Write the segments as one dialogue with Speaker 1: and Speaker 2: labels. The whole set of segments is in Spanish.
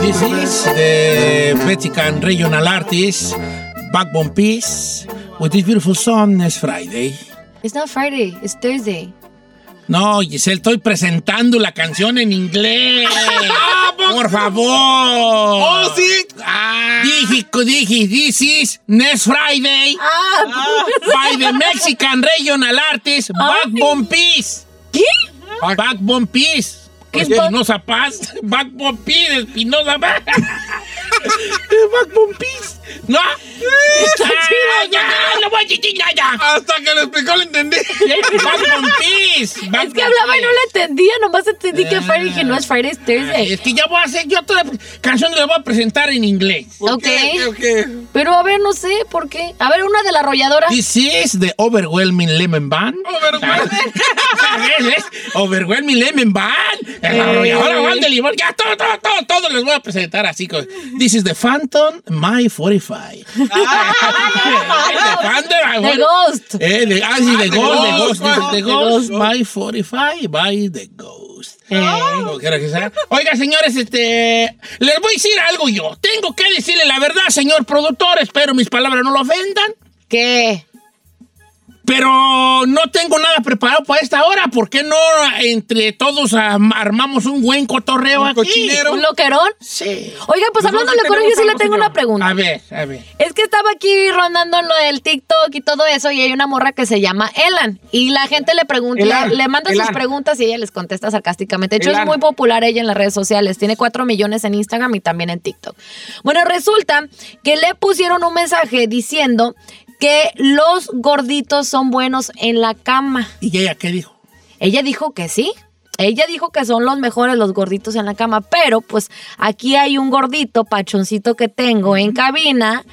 Speaker 1: This is the Mexican regional artist, Backbone Peace, with this beautiful song, Es Friday.
Speaker 2: It's not Friday, it's Thursday.
Speaker 1: No, Giselle, estoy presentando la canción en inglés.
Speaker 2: Ah,
Speaker 1: Por favor.
Speaker 3: ¡Oh, sí!
Speaker 1: Ah. Dije, dije, this is Next Friday
Speaker 2: Ah,
Speaker 1: by the Mexican regional artist Backbone Peace.
Speaker 2: ¿Qué?
Speaker 1: Back- Backbone Peace.
Speaker 2: ¿Qué es
Speaker 1: Espinosa Paz. Backbone Peace, Espinosa Paz. Backbone Peace. No. Ah, ya, no voy a decir nada.
Speaker 2: Ah.
Speaker 3: Hasta que lo explicó lo entendí.
Speaker 1: Backbone Peace.
Speaker 2: Es que hablaba y no le entendía, nomás entendí que Friday dije, no es Friday, it's Thursday.
Speaker 1: Es que ya voy a hacer yo otra canción, la voy a presentar en inglés.
Speaker 2: Ok.
Speaker 3: ¿Qué, qué?
Speaker 2: Pero a ver, no sé por qué. A ver, una de la arrolladora.
Speaker 1: This is the Overwhelming Lemon Band.
Speaker 3: Overwhelming.
Speaker 1: ¿Sabes? Overwhelming Lemon Band. El arrollador Juan de Limón. Ya, todo, todo, todo, todo les voy a presentar así. Con... This is the Phantom My 45. the Phantom
Speaker 2: The
Speaker 1: My
Speaker 2: Ghost.
Speaker 1: Eh, de, ah, sí, de
Speaker 3: The
Speaker 1: Ghost, de
Speaker 3: Ghost,
Speaker 1: Ghost, de
Speaker 3: Ghost, The
Speaker 1: Ghost, Eh. by 45, by The Ghost. Como quiera que sea. Oiga, señores, este, les voy a decir algo yo. Tengo que decirle la verdad, señor productor, espero mis palabras no lo ofendan,
Speaker 2: ¿Qué?
Speaker 1: pero no tengo nada preparado para esta hora. ¿Por qué no entre todos am- armamos un buen cotorreo
Speaker 3: Un
Speaker 1: aquí?
Speaker 3: cochinero.
Speaker 2: ¿Un loquerón?
Speaker 1: Sí.
Speaker 2: Oiga, pues
Speaker 3: Nosotros
Speaker 2: hablando de
Speaker 3: sí
Speaker 2: loquerón, yo
Speaker 3: tenemos
Speaker 2: sí le
Speaker 3: algo,
Speaker 2: tengo una
Speaker 3: señor.
Speaker 2: pregunta.
Speaker 1: A ver, a ver.
Speaker 2: Es que estaba aquí rondando en lo del TikTok y todo eso, y hay una morra que se llama Elan. Y la gente le pregunta,
Speaker 3: Elan,
Speaker 2: le, le manda sus
Speaker 3: Elan.
Speaker 2: preguntas y ella les contesta sarcásticamente. De hecho, es
Speaker 3: Elan.
Speaker 2: muy popular ella en las redes sociales. Tiene 4 millones en Instagram y también en TikTok. Bueno, resulta que le pusieron un mensaje diciendo que los gorditos son buenos en la cama.
Speaker 1: ¿Y ella qué dijo?
Speaker 2: Ella dijo que sí. Ella dijo que son los mejores los gorditos en la cama, pero pues aquí hay un gordito pachoncito que tengo en cabina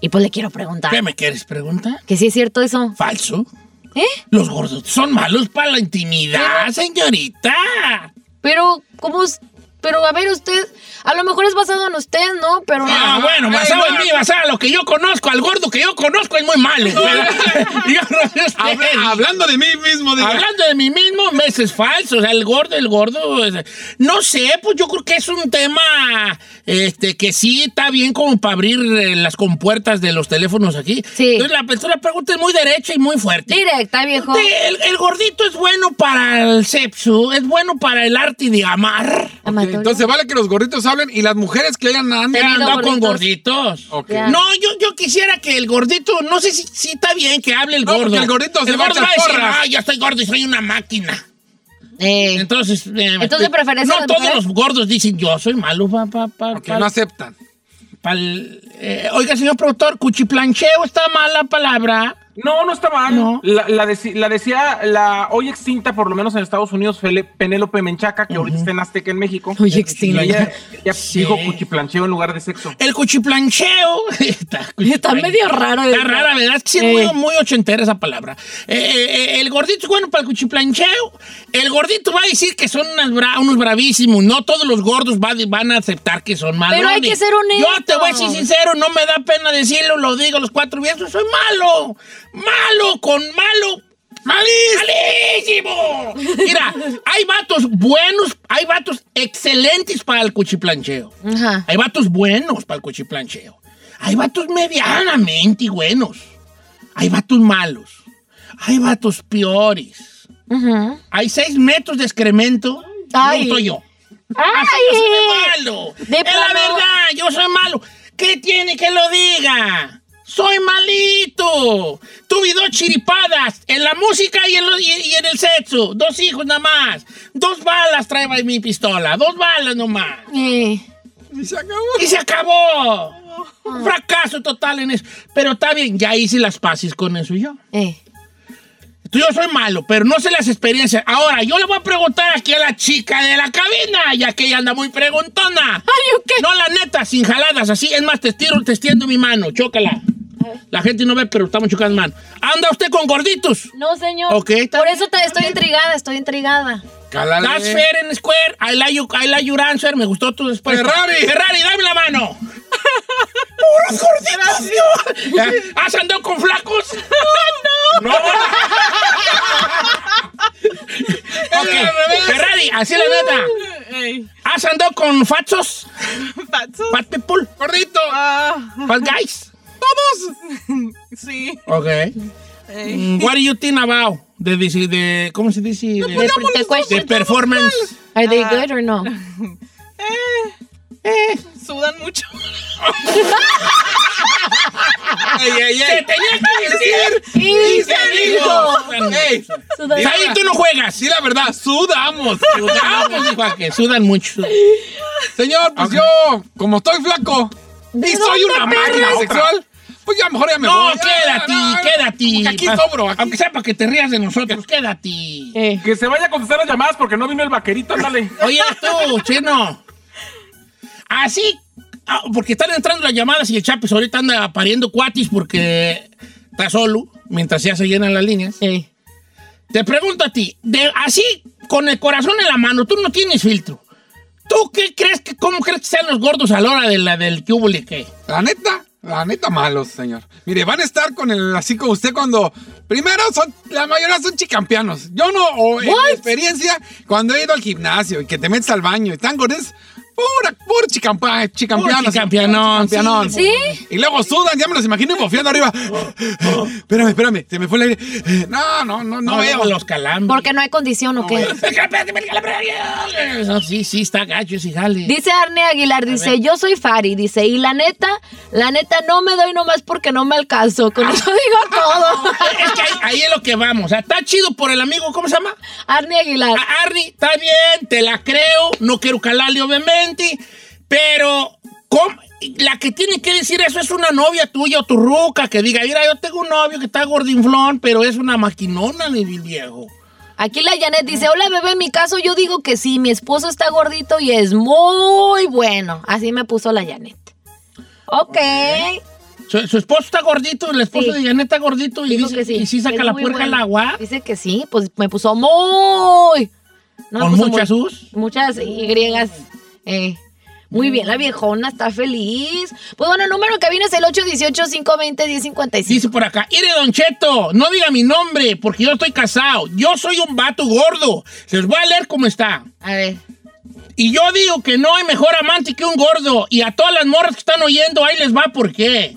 Speaker 2: y pues le quiero preguntar.
Speaker 1: ¿Qué me quieres preguntar?
Speaker 2: Que sí es cierto eso.
Speaker 1: Falso.
Speaker 2: ¿Eh?
Speaker 1: Los gordos son malos para la intimidad, señorita.
Speaker 2: Pero, ¿cómo? es? Pero a ver, usted, a lo mejor es basado en usted, ¿no? Pero...
Speaker 1: Ah, bueno,
Speaker 3: Ey,
Speaker 1: basado en
Speaker 3: no.
Speaker 1: mí, basado en lo que yo conozco, al gordo que yo conozco es muy malo. Yo no sé usted.
Speaker 3: Habla- hablando de mí mismo, diga.
Speaker 1: Hablando de mí mismo, meses falsos, o sea, el gordo, el gordo, es- no sé, pues yo creo que es un tema este, que sí está bien como para abrir eh, las compuertas de los teléfonos aquí.
Speaker 2: Sí.
Speaker 1: Entonces la persona pregunta es muy derecha y muy fuerte.
Speaker 2: Directa, viejo.
Speaker 1: Usted, el, el gordito es bueno para el sexo, es bueno para el arte de amar.
Speaker 2: Amatorio.
Speaker 3: Entonces vale que los gorditos hablen y las mujeres que hayan
Speaker 1: Pero
Speaker 2: Tenido
Speaker 3: andan.
Speaker 1: anda con gorditos.
Speaker 3: Ok.
Speaker 2: Ya.
Speaker 1: No, yo, yo quisiera que el gordito, no sé si, si está bien que hable el
Speaker 3: No,
Speaker 1: gordo.
Speaker 3: porque el gordito se
Speaker 1: El
Speaker 3: va a
Speaker 1: gordo
Speaker 3: echar
Speaker 1: va a decir,
Speaker 3: porras.
Speaker 1: "Ah, yo estoy gordo y soy una máquina.
Speaker 2: Eh,
Speaker 1: Entonces, eh,
Speaker 2: Entonces, ¿preferencia
Speaker 1: No
Speaker 2: de las
Speaker 1: todos
Speaker 2: mujeres?
Speaker 1: los gordos dicen, yo soy malo, pa, pa, pa,
Speaker 3: Porque
Speaker 1: pa-
Speaker 3: no aceptan.
Speaker 1: pa'l- eh, Oiga, señor productor, cuchiplancheo está mala palabra.
Speaker 4: No, no está mal.
Speaker 1: No.
Speaker 4: La, la deci- la decía la hoy extinta, por lo menos en Estados Unidos, Fele- Penélope Menchaca, que ahorita está en Azteca en México.
Speaker 2: Hoy
Speaker 4: Y
Speaker 2: extinta.
Speaker 4: ella, ella
Speaker 1: Sí.
Speaker 4: dijo cuchiplancheo en lugar de sexo.
Speaker 1: El cuchiplancheo. está, cuchiplan-
Speaker 2: medio raro,
Speaker 1: Está
Speaker 2: ¿verdad?
Speaker 1: rara, ¿verdad? Sí, es
Speaker 2: Eh.
Speaker 1: muy, muy ochentera esa palabra. Eh, eh, eh, el gordito es bueno para el cuchiplancheo. El gordito va a decir que son unas bra- unos bravísimos. No todos los gordos va- van a aceptar que son malos.
Speaker 2: hay que ser honestos.
Speaker 1: Yo te voy a decir sincero, no me da pena decirlo, lo digo a los cuatro vientos. Soy malo. Malo con malo. ¡Malísimo! Mira, hay vatos buenos, hay vatos excelentes para el cuchiplancheo.
Speaker 2: Ajá.
Speaker 1: Hay vatos buenos para el cuchiplancheo. Hay vatos medianamente buenos. Hay vatos malos. Hay vatos peores.
Speaker 2: Ujú.
Speaker 1: Hay seis metros de excremento.
Speaker 2: Ay.
Speaker 1: No estoy yo. Así yo soy
Speaker 2: ¡Ay!
Speaker 1: de malo.
Speaker 2: De
Speaker 1: es la
Speaker 2: plano.
Speaker 1: verdad, yo soy malo. ¿Qué tiene que lo diga? Soy malito. Tuve dos chiripadas en la música y en, lo- y- y en el sexo. Dos hijos nada más. Dos balas trae mi pistola. Dos balas nomás.
Speaker 2: Eh,
Speaker 3: Y se acabó.
Speaker 1: Y se
Speaker 2: Ah.
Speaker 1: acabó. Un fracaso total en eso. Pero está bien, ya hice las paces con eso yo.
Speaker 2: eh.
Speaker 1: Tú, Yo soy malo, pero no sé las experiencias. Ahora, yo le voy a preguntar aquí a la chica de la cabina, ya que ella anda muy preguntona.
Speaker 2: Ay, ¿o qué?
Speaker 1: No, la neta, sin jaladas, así. Es más, te estiro, te extiendo mi mano, chócala. La gente no ve, pero estamos chocando mano. ¿Anda usted con gorditos?
Speaker 2: No, señor.
Speaker 1: Ok, está
Speaker 2: Por
Speaker 1: bien.
Speaker 2: eso te- estoy intrigada, estoy intrigada.
Speaker 3: Cálale.
Speaker 1: That's fair and square. I like, you, I like your answer. Me gustó tu respuesta.
Speaker 3: Ferrari.
Speaker 1: Ferrari, dame la mano. ¡Puros gorditos! Dios. ¿Has andado con flacos? ¡No! ¡No!
Speaker 3: al revés.
Speaker 1: Ferrari, así la neta. ¿Has andado con fachos?
Speaker 5: Fatso.
Speaker 1: Fat people.
Speaker 3: Gordito.
Speaker 5: Ah,
Speaker 1: Fat guys.
Speaker 5: sí.
Speaker 1: Ok.
Speaker 5: Eh,
Speaker 1: Mm, What do you think about? De, de, de- ¿Cómo se dice? De,
Speaker 2: pues, dámosle
Speaker 1: de
Speaker 2: dos, dámosle
Speaker 1: performance.
Speaker 2: Are they
Speaker 5: Ah.
Speaker 2: good or no?
Speaker 5: Eh.
Speaker 1: Eh.
Speaker 5: sudan mucho.
Speaker 3: Ey, ey,
Speaker 1: ¡Te
Speaker 3: ey.
Speaker 1: tenía que decir!
Speaker 2: ¡Y
Speaker 1: ¡Te digo!
Speaker 3: Ey,
Speaker 2: Sudan-
Speaker 1: Ahí tú no juegas.
Speaker 3: sí, la verdad, sudamos.
Speaker 1: Sudamos, dijo aquel, Sudan mucho.
Speaker 3: Señor, pues yo, como estoy flaco y
Speaker 2: ¿De
Speaker 3: soy
Speaker 2: dónde,
Speaker 3: una
Speaker 2: perra?
Speaker 3: máquina sexual, pues ya mejor ya me
Speaker 1: No,
Speaker 3: voy.
Speaker 1: quédate,
Speaker 3: Ah, no,
Speaker 1: quédate.
Speaker 3: porque Aquí
Speaker 1: Pa-
Speaker 3: sobro. Aquí.
Speaker 1: Aunque sea para que te rías de nosotros, quédate.
Speaker 2: Eh,
Speaker 4: Que se vaya a contestar las llamadas porque no vino el vaquerito, ándale.
Speaker 1: Oye, tú, chino. Así, ah, porque están entrando las llamadas y el Chapis ahorita anda pariendo cuatis porque está solo mientras ya se llenan las líneas.
Speaker 2: eh.
Speaker 1: Te pregunto a ti, de- así, con el corazón en la mano, tú no tienes filtro. ¿Tú qué crees que, cómo crees que sean los gordos a la hora de la del cubule qué?
Speaker 3: La neta, la neta malos, señor. Mire, van a estar con el, así como usted cuando, primero son, la mayoría son chicampianos. Yo no, o en mi
Speaker 2: What?
Speaker 3: experiencia, cuando he ido al gimnasio y que te metes al baño y tan gordes, pura, puro chicampa, chicampianos.
Speaker 1: Puro chicampianón,
Speaker 3: Chicampianón.
Speaker 2: sí.
Speaker 3: Y luego sudan, ya me los imagino confiando arriba. espérame, espérame, se me fue el aire. No, no, no, no, veo.
Speaker 1: los calambres.
Speaker 2: Porque no hay condición, ¿o qué?
Speaker 1: No, Ah, sí, sí, está gacho ese jale.
Speaker 2: Dice Arne Aguilar, dice,
Speaker 1: ver.
Speaker 2: yo soy Fari, dice, y la neta, la neta no me doy nomás porque no me alcanzo. Con eso digo todo.
Speaker 1: es que ahí, ahí es lo que vamos. O sea, está chido por el amigo, ¿cómo se llama?
Speaker 2: Arne Aguilar.
Speaker 1: A- Ah, Arnie, está bien, te la creo. No quiero calarle, obviamente. Pero, ¿cómo? La que tiene que decir eso es una novia tuya o tu ruca que diga, mira, yo tengo un novio que está gordinflón, pero es una maquinona, mi viejo.
Speaker 2: Aquí la Janet dice, hola bebé, en mi caso yo digo que sí, mi esposo está gordito y es muy bueno. Así me puso la Janet. Ok.
Speaker 1: Su, su esposo está gordito, el esposo
Speaker 2: Sí.
Speaker 1: de Janet está gordito y,
Speaker 2: Dijo
Speaker 1: dice,
Speaker 2: que sí.
Speaker 1: y sí saca
Speaker 2: es
Speaker 1: la
Speaker 2: muy
Speaker 1: puerca al
Speaker 2: bueno.
Speaker 1: agua
Speaker 2: Dice que sí, pues me puso muy... No, pues, me
Speaker 1: con
Speaker 2: puso
Speaker 1: muchas
Speaker 2: muy-
Speaker 1: sus.
Speaker 2: Muchas Y. eh. Muy bien, la viejona está feliz. Pues bueno, el número que viene es el 818-520-1055.
Speaker 1: Dice por acá, Ire Don Cheto, no diga mi nombre porque yo estoy casado. Yo soy un vato gordo. Se los voy a leer cómo está.
Speaker 2: A ver.
Speaker 1: Y yo digo que no hay mejor amante que un gordo. Y a todas las morras que están oyendo, ahí les va por qué.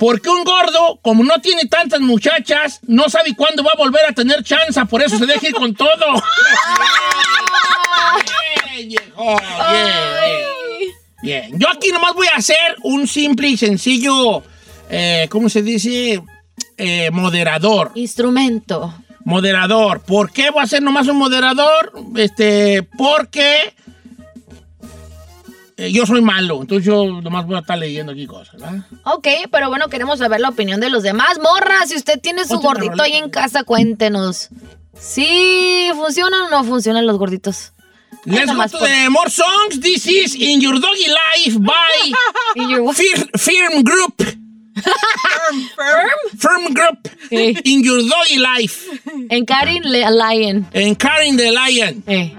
Speaker 1: Porque un gordo, como no tiene tantas muchachas, no sabe cuándo va a volver a tener chanza. Por eso se deja ir con todo. Bien, viejo, bien, bien.
Speaker 2: Ay.
Speaker 1: Bien, yo aquí nomás voy a hacer un simple y sencillo, eh, ¿cómo se dice? Eh, moderador.
Speaker 2: Instrumento.
Speaker 1: Moderador. ¿Por qué voy a ser nomás un moderador? Este, porque eh, yo soy malo, entonces yo nomás voy a estar leyendo aquí cosas, ¿verdad?
Speaker 2: Ok, pero bueno, queremos saber la opinión de los demás. Morra, si usted tiene su
Speaker 1: Ponte una
Speaker 2: gordito
Speaker 1: rola.
Speaker 2: ahí en casa, cuéntenos. Sí, ¿funcionan o no funcionan los gorditos?
Speaker 1: Let's go
Speaker 2: nomás
Speaker 1: to
Speaker 2: pon-
Speaker 1: the more songs. This is In Your Doggy Life by
Speaker 2: Y yo,
Speaker 1: Fir- Firm Group.
Speaker 5: Firm, firm.
Speaker 1: Firm Group.
Speaker 2: Sí.
Speaker 1: In Your Doggy Life.
Speaker 2: en Karin Le Lion.
Speaker 1: En Karen the Lion.
Speaker 2: Eh.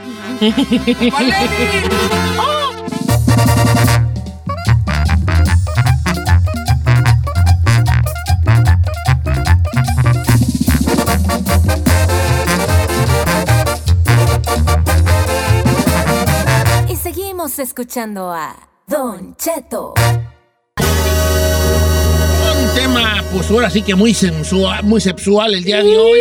Speaker 6: Y seguimos escuchando a Don Cheto.
Speaker 1: Un tema, pues ahora sí que muy sensual, muy sexual el día de hoy.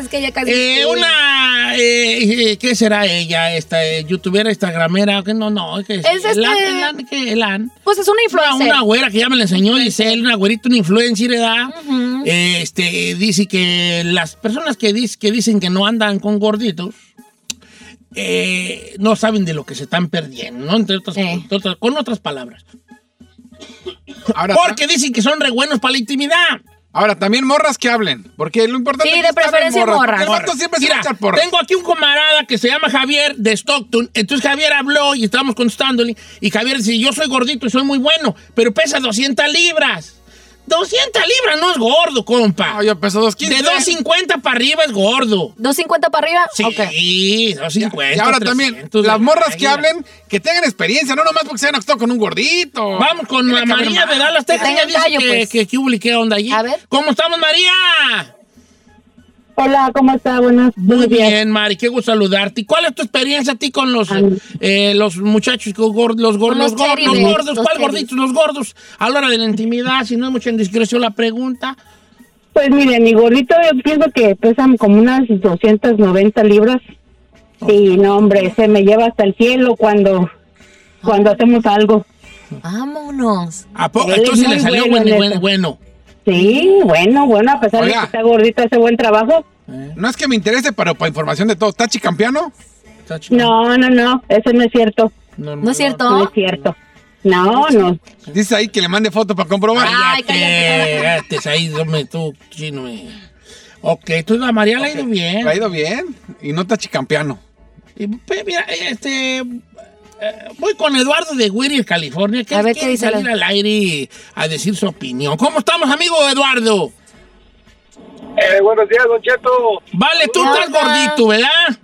Speaker 2: Es que ya casi.
Speaker 1: Eh, una, eh, eh, ¿qué será ella? Esta eh, youtubera, instagramera, que no, no, que
Speaker 2: Es este-
Speaker 1: Elan, Elan, ¿qué? Elan.
Speaker 2: Pues es una
Speaker 1: Una,
Speaker 2: influencer.
Speaker 1: una güera que ya me la enseñó Giselle, una güerita, una influencer, ¿verdad? Eh, este, eh, dice que las personas que, dis- que dicen que no andan con gorditos, eh, no saben de lo que se están perdiendo, ¿no? Entre otras,
Speaker 2: Eh.
Speaker 1: entre otras- con otras palabras.
Speaker 3: Ahora,
Speaker 1: Porque dicen que son re buenos para la intimidad.
Speaker 3: ahora, también morras que hablen, porque lo importante
Speaker 2: Sí,
Speaker 3: es
Speaker 2: de
Speaker 3: que hablen
Speaker 2: preferencia morras.
Speaker 3: porque El vato
Speaker 1: Morras.
Speaker 3: siempre se
Speaker 1: Mira,
Speaker 3: va a echar porras.
Speaker 1: Tengo aquí un camarada que se llama Javier de Stockton. Entonces Javier habló y estábamos contestándole. Y Javier dice, yo soy gordito y soy muy bueno, pero pesa 200 libras. 200 libras no es gordo, compa.
Speaker 3: No, yo peso
Speaker 1: de
Speaker 3: 2.15.
Speaker 1: 250 para arriba es gordo.
Speaker 2: ¿250 para arriba?
Speaker 1: Sí,
Speaker 2: Ok.
Speaker 1: 250.
Speaker 3: Y ahora también,
Speaker 1: 300,
Speaker 3: las
Speaker 1: de
Speaker 3: morras que
Speaker 1: águila.
Speaker 3: hablen, que tengan experiencia, no nomás porque se hayan acostado con un gordito.
Speaker 1: Vamos con
Speaker 3: Tiene
Speaker 1: la
Speaker 3: que haber
Speaker 1: María
Speaker 3: más.
Speaker 1: de Dallas, Texas.
Speaker 2: tenga
Speaker 1: Ella dice
Speaker 2: callo,
Speaker 1: que,
Speaker 2: pues.
Speaker 1: que, que hubo y qué onda allí.
Speaker 2: A ver.
Speaker 1: ¿Cómo estamos, María?
Speaker 7: Hola, ¿cómo está? Buenas.
Speaker 1: Muy
Speaker 7: buenos días.
Speaker 1: bien, Mari, qué gusto saludarte. ¿Y ¿Cuál es tu experiencia a ti con los,
Speaker 7: Ay.
Speaker 1: eh, los muchachos, con gor- los, gor-
Speaker 2: Con
Speaker 1: los,
Speaker 2: los
Speaker 1: gor-
Speaker 2: teddy
Speaker 1: los
Speaker 2: bears,
Speaker 1: gordos?
Speaker 2: los
Speaker 1: ¿Cuál
Speaker 2: teddy.
Speaker 1: gorditos? Los gordos. A la hora de la intimidad, si no es mucha indiscreción la pregunta.
Speaker 7: Pues mire, mi gordito yo pienso que pesan como unas 290 libras. Y no, hombre, se me lleva hasta el cielo cuando, cuando hacemos algo.
Speaker 2: Vámonos.
Speaker 1: ¿A poco?
Speaker 7: Él es
Speaker 1: Entonces le
Speaker 7: muy
Speaker 1: salió
Speaker 7: bueno
Speaker 1: bueno,
Speaker 7: en
Speaker 1: bueno,
Speaker 7: eso.
Speaker 1: bueno.
Speaker 7: Sí, bueno, bueno, a pesar de
Speaker 3: Oiga.
Speaker 7: que está gordito, hace buen trabajo.
Speaker 3: No es que me interese, pero para información de todo, ¿está chicampiano?
Speaker 1: Está chido.
Speaker 7: No, no, no, eso no es cierto.
Speaker 2: ¿No es cierto?
Speaker 7: No es cierto. No, no.
Speaker 3: Dice ahí que le mande foto para comprobar.
Speaker 2: Ah. Ay, cállate,
Speaker 1: Cállate, ahí, hombre, tú, chino. eh. Ok, tú la María la ha ido bien.
Speaker 3: Le ha ido bien y no está chicampiano.
Speaker 1: Y, pues, mira, este. eh, Voy con Eduardo de Whittier, California, que
Speaker 2: A ver,
Speaker 1: quiere
Speaker 2: ¿qué dice
Speaker 1: salir
Speaker 2: la-
Speaker 1: al aire y- a decir su opinión. ¿Cómo estamos, amigo Eduardo?
Speaker 8: Eh, buenos días, Don Cheto.
Speaker 1: Vale, tú
Speaker 2: Hola.
Speaker 1: estás gordito, ¿verdad?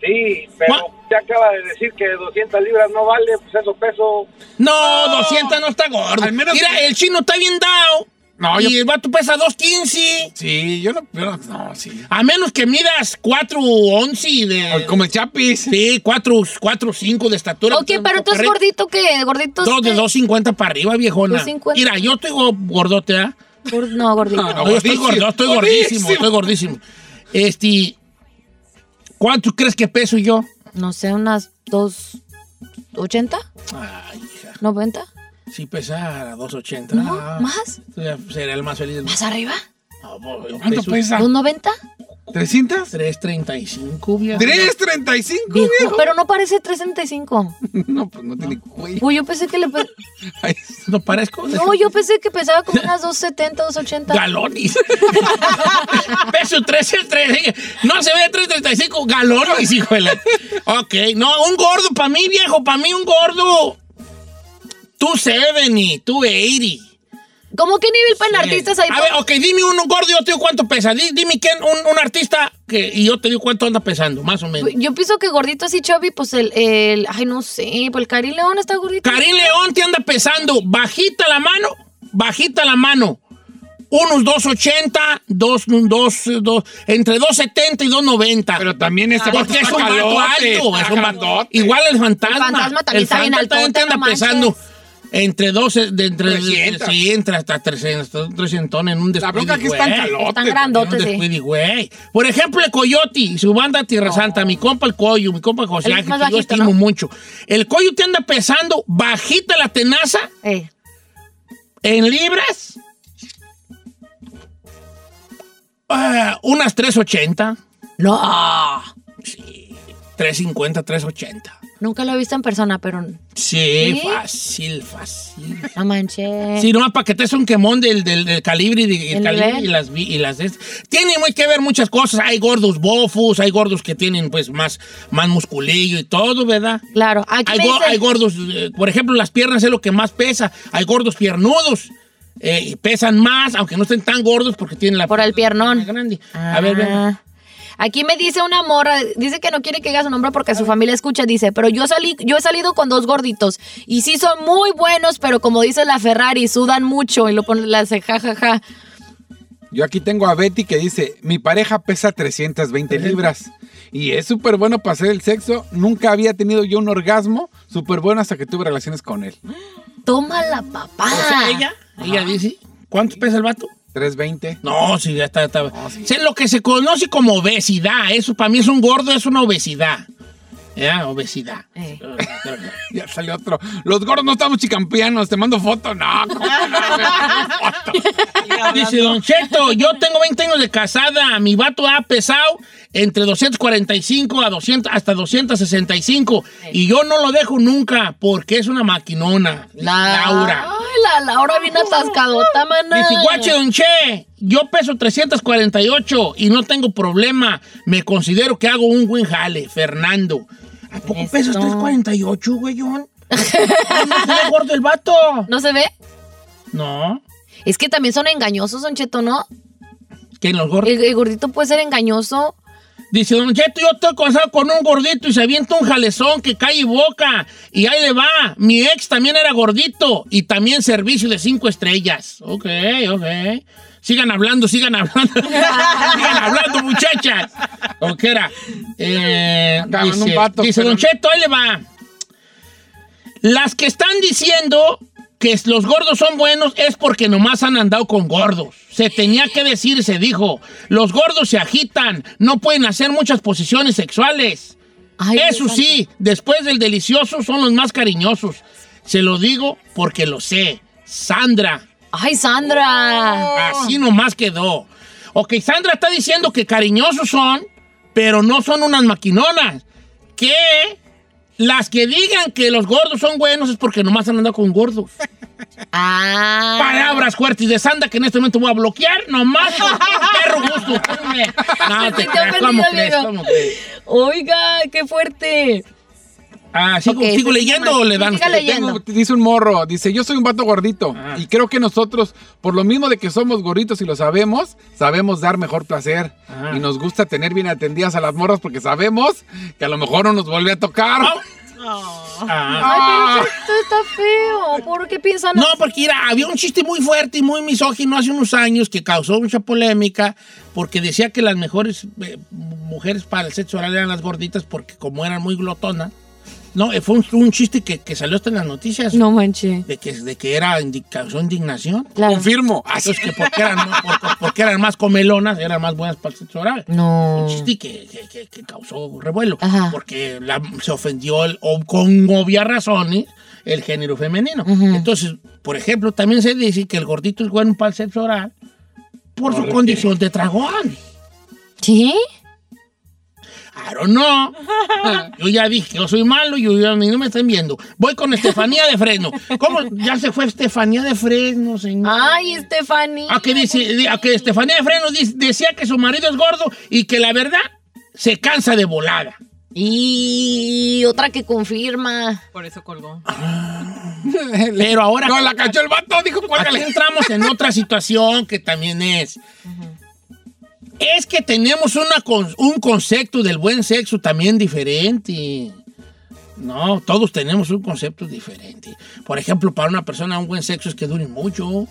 Speaker 8: Sí, pero
Speaker 1: Ma-
Speaker 8: usted acaba de decir que 200 libras no vale, pues eso peso.
Speaker 1: No, 200 no está gordo.
Speaker 3: Al menos-
Speaker 1: Mira, el chino está bien dado.
Speaker 3: No,
Speaker 1: y
Speaker 3: yo-
Speaker 1: el vato pesa 2.15.
Speaker 3: Sí, yo no. yo no, no, sí.
Speaker 1: A menos que midas 4.11 de...
Speaker 3: Como el Chapis.
Speaker 1: Sí, 4.5 de estatura.
Speaker 2: Ok, pero tú es
Speaker 1: Correcto.
Speaker 2: gordito que gordito. este,
Speaker 1: Dos de
Speaker 2: qué?
Speaker 1: 2.50 para arriba, viejona.
Speaker 2: 2.50.
Speaker 1: Mira, yo estoy go- gordote, ¿ah?
Speaker 2: Gor- No, gordito.
Speaker 3: No,
Speaker 1: No, yo estoy gordo, yo estoy gordísimo,
Speaker 3: Gordísimo.
Speaker 1: estoy gordísimo. Este, ¿cuánto crees que peso yo?
Speaker 2: No sé, unas dos. ¿80?
Speaker 1: Ay, hija,
Speaker 2: ¿90?
Speaker 1: si pesara 2.80.
Speaker 2: ¿No?
Speaker 1: ah,
Speaker 2: ¿Más?
Speaker 1: sería- Sería el más feliz del
Speaker 2: ¿Más arriba?
Speaker 1: No, bo- yo
Speaker 3: ¿Cuánto
Speaker 1: peso
Speaker 3: pesa?
Speaker 2: Ah. ¿Dos 90?
Speaker 3: ¿300?
Speaker 1: 3.35, viejo.
Speaker 3: ¿335?
Speaker 2: Viejo, pero no parece 335.
Speaker 3: No, pues no tiene cuello.
Speaker 2: Uy, yo pensé que le. pe-
Speaker 3: Ay,
Speaker 1: No parezco.
Speaker 2: No, yo pensé que pesaba como unas 270, 280.
Speaker 1: Galones. Peso 13, 13. eh. No se ve 335. Galones, hijo de la- Ok, no, un gordo para mí, viejo, para mí un gordo. Tú 70, tú 80.
Speaker 2: ¿Cómo qué nivel para
Speaker 1: Sí.
Speaker 2: artistas ahí?
Speaker 1: A ver, ok, dime un, gordo y yo te digo cuánto pesa. Di- Dime quién, un, un artista que, y yo te digo cuánto anda pesando, más o menos.
Speaker 2: Yo pienso que gordito así, Chubby, pues el, el. Ay, no sé. Pues el Cari León está gordito.
Speaker 1: Karim León te anda pesando, bajita la mano, bajita la mano. Unos 280, dos, dos, dos, entre 270 y 290.
Speaker 3: Pero también este
Speaker 1: porque es un
Speaker 3: está
Speaker 1: vato
Speaker 3: calote,
Speaker 1: alto. es
Speaker 3: está
Speaker 1: un vato-
Speaker 3: grandote.
Speaker 1: igual el fantasma.
Speaker 2: El fantasma también está bien
Speaker 1: fantasma
Speaker 2: altote,
Speaker 1: te anda
Speaker 2: no manches.
Speaker 1: pesando entre 12, de entre,
Speaker 3: 300.
Speaker 1: sí, entre hasta 300, 300 en un
Speaker 3: La bronca
Speaker 1: descuido,
Speaker 3: que es tan
Speaker 1: güey.
Speaker 3: calote.
Speaker 2: Están grandotes.
Speaker 1: Era un
Speaker 2: eh, sí.
Speaker 1: descuide, güey. Por ejemplo, el Coyote y su banda Tierra Santa, mi compa el Coyo, mi compa José
Speaker 2: El
Speaker 1: Ángel,
Speaker 2: más
Speaker 1: que yo
Speaker 2: bajito,
Speaker 1: estimo
Speaker 2: ¿no?
Speaker 1: mucho. El Coyo te anda pesando bajita la tenaza
Speaker 2: Eh,
Speaker 1: en libras. ah, unas 380. No. Sí. 350, 380.
Speaker 2: nunca lo he visto en persona, pero no
Speaker 1: Sí,
Speaker 2: ¿Sí?
Speaker 1: fácil, fácil.
Speaker 2: manches.
Speaker 1: Sí, nomás para que te des un quemón del, del, del calibre, y de- el
Speaker 2: ¿El
Speaker 1: calibre
Speaker 2: nivel?
Speaker 1: y las vi- y las de estas. Tiene muy que ver muchas cosas. Hay gordos bofos, hay gordos que tienen pues más, más musculillo y todo, ¿verdad?
Speaker 2: Claro. Aquí
Speaker 1: Hay,
Speaker 2: me
Speaker 1: go-
Speaker 2: dicen-
Speaker 1: hay gordos, eh, por ejemplo, las piernas es lo que más pesa. Hay gordos piernudos. eh, y pesan más, aunque no estén tan gordos porque tienen la
Speaker 2: Por el piernón.
Speaker 1: más grande. A ver, ven.
Speaker 2: Ah. Aquí me dice una morra, dice que no quiere que diga su nombre porque su familia escucha, dice, pero yo salí, yo he salido con dos gorditos y sí son muy buenos, pero como dice la Ferrari, sudan mucho y lo pone la hace jajaja.
Speaker 3: Yo aquí tengo a Betty que dice, mi pareja pesa 320 libras y es súper bueno para hacer el sexo. Nunca había tenido yo un orgasmo súper bueno hasta que tuve relaciones con él.
Speaker 2: Toma la papá.
Speaker 1: O sea, ella, ella dice, ¿cuánto pesa el vato?
Speaker 3: 320.
Speaker 1: No, sí, ya está. está.
Speaker 3: sí.
Speaker 1: Es lo que se conoce como obesidad. Eso para mí es un gordo, es una obesidad. Ya, obesidad.
Speaker 2: Eh.
Speaker 3: Ya sale otro. Los gordos no estamos chicampianos, te mando foto. No, ¿cómo no?
Speaker 1: Dice Don Cheto, yo tengo 20 años de casada, mi vato ha pesado entre 245 a 200, hasta 265 y yo no lo dejo nunca porque es una maquinona, Laura.
Speaker 2: Ay, la Laura bien atascadota, maná.
Speaker 1: Dice, guache, don Che, yo peso 348 y no tengo problema. Me considero que hago un buen jale, Fernando. ¿A poco
Speaker 2: Eso.
Speaker 1: pesas 348, güeyón? Ay, no se ve gordo el vato.
Speaker 2: ¿No se ve?
Speaker 1: No,
Speaker 2: Es que también son engañosos, Don Cheto, ¿no?
Speaker 1: que los gordos.
Speaker 2: El, el gordito puede ser engañoso.
Speaker 1: Dice, don Cheto, yo estoy casado con un gordito y se avienta un jalezón que cae y boca. Y ahí le va. Mi ex también era gordito y también servicio de cinco estrellas. Ok, ok. Sigan hablando, sigan hablando. sigan hablando, muchachas. ¿O qué era? Eh,
Speaker 3: Acá mandó
Speaker 1: dice,
Speaker 3: un vato,
Speaker 1: dice,
Speaker 3: pero-
Speaker 1: don Cheto, ahí le va. Las que están diciendo que los gordos son buenos es porque nomás han andado con gordos. Se tenía que decir, se dijo. Los gordos se agitan, no pueden hacer muchas posiciones sexuales.
Speaker 2: Ay,
Speaker 1: Eso
Speaker 2: Dios
Speaker 1: sí, después del delicioso son los más cariñosos. Se lo digo porque lo sé. Sandra,
Speaker 2: Ay,
Speaker 1: Oh.
Speaker 2: Sandra.
Speaker 1: así nomás quedó. Ok, Sandra está diciendo que cariñosos son, pero no son unas maquinonas. Que las que digan que los gordos son buenos es porque nomás han andado con gordos.
Speaker 2: Ah.
Speaker 1: Palabras fuertes de Sandra que en este momento voy a bloquear nomás por perro gusto. Espérame. No, te
Speaker 2: Estoy
Speaker 1: creas, ¿cómo
Speaker 2: ofendido,
Speaker 1: crees?
Speaker 2: viejo.
Speaker 1: ¿Cómo crees?
Speaker 2: Oiga, qué fuerte.
Speaker 1: Ah, ¿sigo,
Speaker 2: Ok,
Speaker 1: sigo
Speaker 2: sigue
Speaker 1: leyendo
Speaker 2: nomás.
Speaker 1: o le dan?
Speaker 2: Siga
Speaker 1: ustedes?
Speaker 2: leyendo.
Speaker 3: Tengo- dice un morro, dice, yo soy un vato gordito y creo que nosotros, por lo mismo de que somos gorditos y lo sabemos, sabemos dar mejor placer
Speaker 1: Ah.
Speaker 3: y nos gusta tener bien atendidas a las morras porque sabemos que a lo mejor no nos vuelve a tocar.
Speaker 1: Ah. Ah.
Speaker 2: Ay, pero esto está feo. ¿Por qué piensan
Speaker 1: No, porque mira, había un chiste muy fuerte y muy misógino hace unos años que causó mucha polémica porque decía que las mejores eh, mujeres para el sexo oral eran las gorditas porque como eran muy glotonas. No, eh, fue un, un chiste que, que salió hasta en las noticias
Speaker 2: No manche.
Speaker 1: de, que, de que era indi- causó indignación.
Speaker 2: Claro.
Speaker 3: Confirmo.
Speaker 1: Así es que porque eran, más- por- por- porque eran más comelonas, eran más buenas para el sexo oral.
Speaker 2: No.
Speaker 1: Un chiste que, que- que- que causó revuelo.
Speaker 2: Mm. Ajá.
Speaker 1: Porque la- se ofendió el- o- con obvias razones el género femenino.
Speaker 2: Ujú.
Speaker 1: Entonces, por ejemplo, también se dice que el gordito es bueno para el sexo oral por su condición de dragón.
Speaker 2: ¿Sí?
Speaker 1: Claro, no. Ah, Yo ya dije que yo soy malo y yo, a mí no me están viendo. Voy con Estefanía de Fresno. ¿Cómo? Ya se fue Estefanía de Fresno, señor.
Speaker 2: Ay, Estefanía.
Speaker 1: A que,
Speaker 2: pues,
Speaker 1: dice, a que Estefanía de Freno dice- decía que su marido es gordo y que la verdad se cansa de volada.
Speaker 2: Y otra que confirma.
Speaker 5: Por eso colgó.
Speaker 1: Pero ahora
Speaker 3: No, la cachó el vato, dijo,
Speaker 1: aquí
Speaker 3: cuélgale.
Speaker 1: entramos en otra situación que también es. Es que tenemos una con- un concepto del buen sexo también diferente. No, todos tenemos un concepto diferente. Por ejemplo, para una persona un buen sexo es que dure mucho.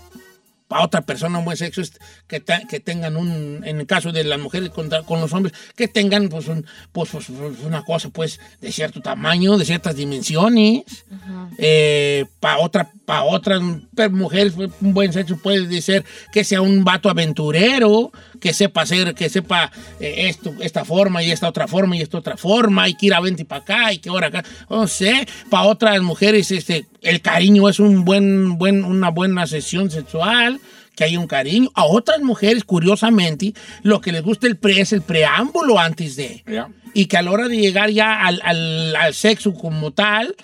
Speaker 1: Para otra persona un buen sexo es que, te- que tengan un, en el caso de las mujeres con, con los hombres, que tengan pues, un- pues, pues, pues, una cosa pues de cierto tamaño, de ciertas dimensiones. para Eh, otra, para otras pe- mujeres pues, un buen sexo puede ser que sea un vato aventurero, que sepa hacer, que sepa eh, esto, esta forma y esta otra forma y esta otra forma, y que ir a 20 para acá y que ahora acá. No sé, para otras mujeres este, el cariño es un buen, buen, una buena sesión sexual que hay un cariño. A otras mujeres, curiosamente, lo que les gusta el pre es el preámbulo antes de.
Speaker 3: Ya.
Speaker 1: Y que a la hora de llegar ya al, al- al sexo como tal,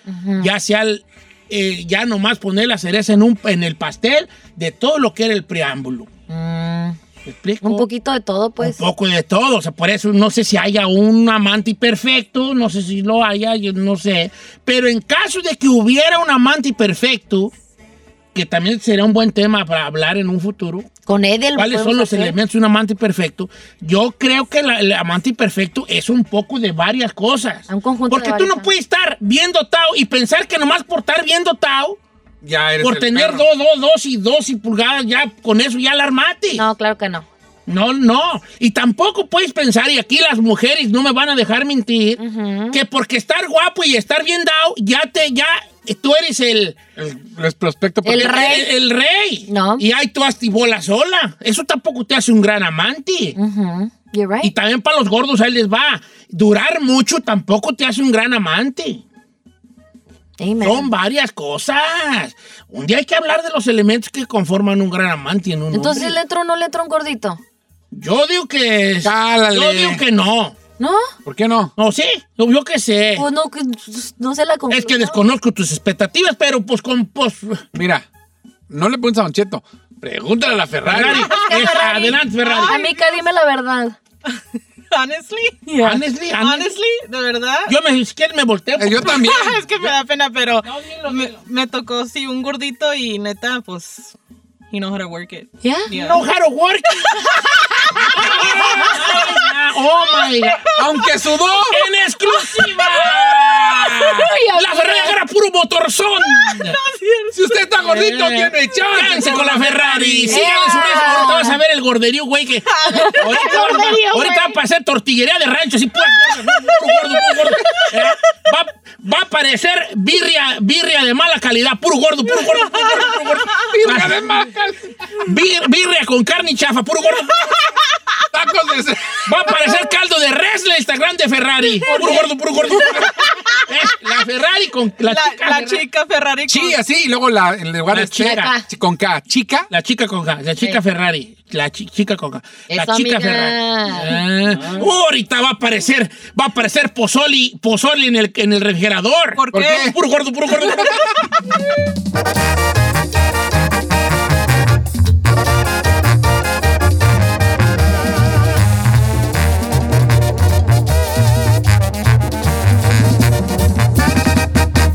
Speaker 1: ya sea el, eh, ya nomás poner la cereza en, un, en el pastel de todo lo que era el preámbulo.
Speaker 2: Mm,
Speaker 1: ¿Me explico?
Speaker 2: un poquito de todo, pues.
Speaker 1: Un poco de todo. O sea, por eso no sé si haya un amante perfecto, no sé si lo haya, yo no sé. Pero en caso de que hubiera un amante perfecto, que también sería un buen tema para hablar en un futuro,
Speaker 2: Con E Edel.
Speaker 1: ¿Cuáles son
Speaker 2: podemos
Speaker 1: los
Speaker 2: hacer.
Speaker 1: elementos de un amante perfecto? Yo creo que la- el amante perfecto es un poco de varias cosas.
Speaker 2: Un conjunto
Speaker 1: Porque
Speaker 2: de
Speaker 1: tú
Speaker 2: varias
Speaker 1: no
Speaker 2: cosas.
Speaker 1: puedes estar bien dotado y pensar que nomás por estar bien dotado,
Speaker 3: Ya eres
Speaker 1: por
Speaker 3: el
Speaker 1: tener
Speaker 3: perro.
Speaker 1: dos, dos, dos y dos y pulgadas, ya con eso ya la armaste.
Speaker 2: No, claro que no.
Speaker 1: No, no. Y tampoco puedes pensar, y aquí las mujeres no me van a dejar mentir, que porque estar guapo y estar bien dado, ya te, ya, tú eres el,
Speaker 3: El, el prospecto
Speaker 2: El
Speaker 3: perfecto.
Speaker 2: rey.
Speaker 1: el, el rey.
Speaker 2: No.
Speaker 1: Y ahí tú astibola sola. Eso tampoco te hace un gran amante.
Speaker 2: Ujú, You're
Speaker 1: Y
Speaker 2: right.
Speaker 1: también para los gordos, ahí les va. Durar mucho tampoco te hace un gran amante.
Speaker 2: Amen.
Speaker 1: Son varias cosas. Un día hay que hablar de los elementos que conforman un gran amante en un
Speaker 2: Entonces
Speaker 1: hombre.
Speaker 2: le entró o no le entró un gordito.
Speaker 1: Yo digo que...
Speaker 3: Cálale.
Speaker 1: Yo digo que no.
Speaker 2: ¿No?
Speaker 3: ¿Por qué no?
Speaker 1: No, sí. Yo, yo que sé.
Speaker 2: Pues no, que- no se la concluyó.
Speaker 1: Eh. es que desconozco tus expectativas, pero pues con... Pues,
Speaker 3: Mira, no le pones a Don Cheto. Pregúntale a la Ferrari.
Speaker 1: Ferrari. Es- adelante, Ferrari.
Speaker 2: Amiga, dime la verdad.
Speaker 5: Honestly.
Speaker 1: Honestly, honestly,
Speaker 5: Honestly, de verdad.
Speaker 1: Yo me, si quieres me volteo.
Speaker 3: Eh, Yo también.
Speaker 5: es que me da pena, pero me, me tocó, sí, un gordito y neta, pues, he knows how to work it.
Speaker 2: ¿Ya?
Speaker 5: Yeah.
Speaker 1: No, how to work. Oh my God.
Speaker 3: Aunque sudó.
Speaker 1: ¡En exclusiva!
Speaker 2: Ay,
Speaker 1: ¡La
Speaker 2: amiga.
Speaker 1: Ferrari era puro motorzón!
Speaker 3: Si usted está gordito,
Speaker 1: Eh,
Speaker 3: tiene chance.
Speaker 1: Quédense con la Ferrari. Síganle su
Speaker 2: Ea.
Speaker 1: rezo. Ahorita vas a ver el gorderío, güey, que ahorita, van a-
Speaker 5: Gorderío,
Speaker 1: ahorita
Speaker 5: güey.
Speaker 1: va a pasar tortillería de rancho. Sí, pues, puro gordo, puro gordo. Eh, va, va a parecer birria, birria de mala calidad. Puro gordo, puro gordo, puro gordo, puro gordo.
Speaker 3: Birria de macas.
Speaker 1: Bir- birria con carne y chafa, puro gordo. Eh.
Speaker 3: Tacos de... ce-
Speaker 1: Va a parecer caldo de res la esta grande Ferrari. Puro gordo, puro gordo. Es la Ferrari con la,
Speaker 5: La,
Speaker 1: chica.
Speaker 5: la
Speaker 1: Ferrari.
Speaker 5: chica Ferrari. con-
Speaker 3: Sí, así. Y luego la, el lugar
Speaker 1: La
Speaker 3: es C,
Speaker 1: chica.
Speaker 3: chi- con K. Chica.
Speaker 1: La chica con K, la chica Ferrari, la chi- chica con K, la
Speaker 2: Eso,
Speaker 1: chica
Speaker 2: amiga.
Speaker 1: Ferrari. Ah. Uh, ahorita va a aparecer, va a aparecer pozoli, pozoli en el, en el refrigerador.
Speaker 5: ¿Por
Speaker 3: ¿Por
Speaker 5: qué?
Speaker 3: qué?
Speaker 1: Puro gordo, puro gordo.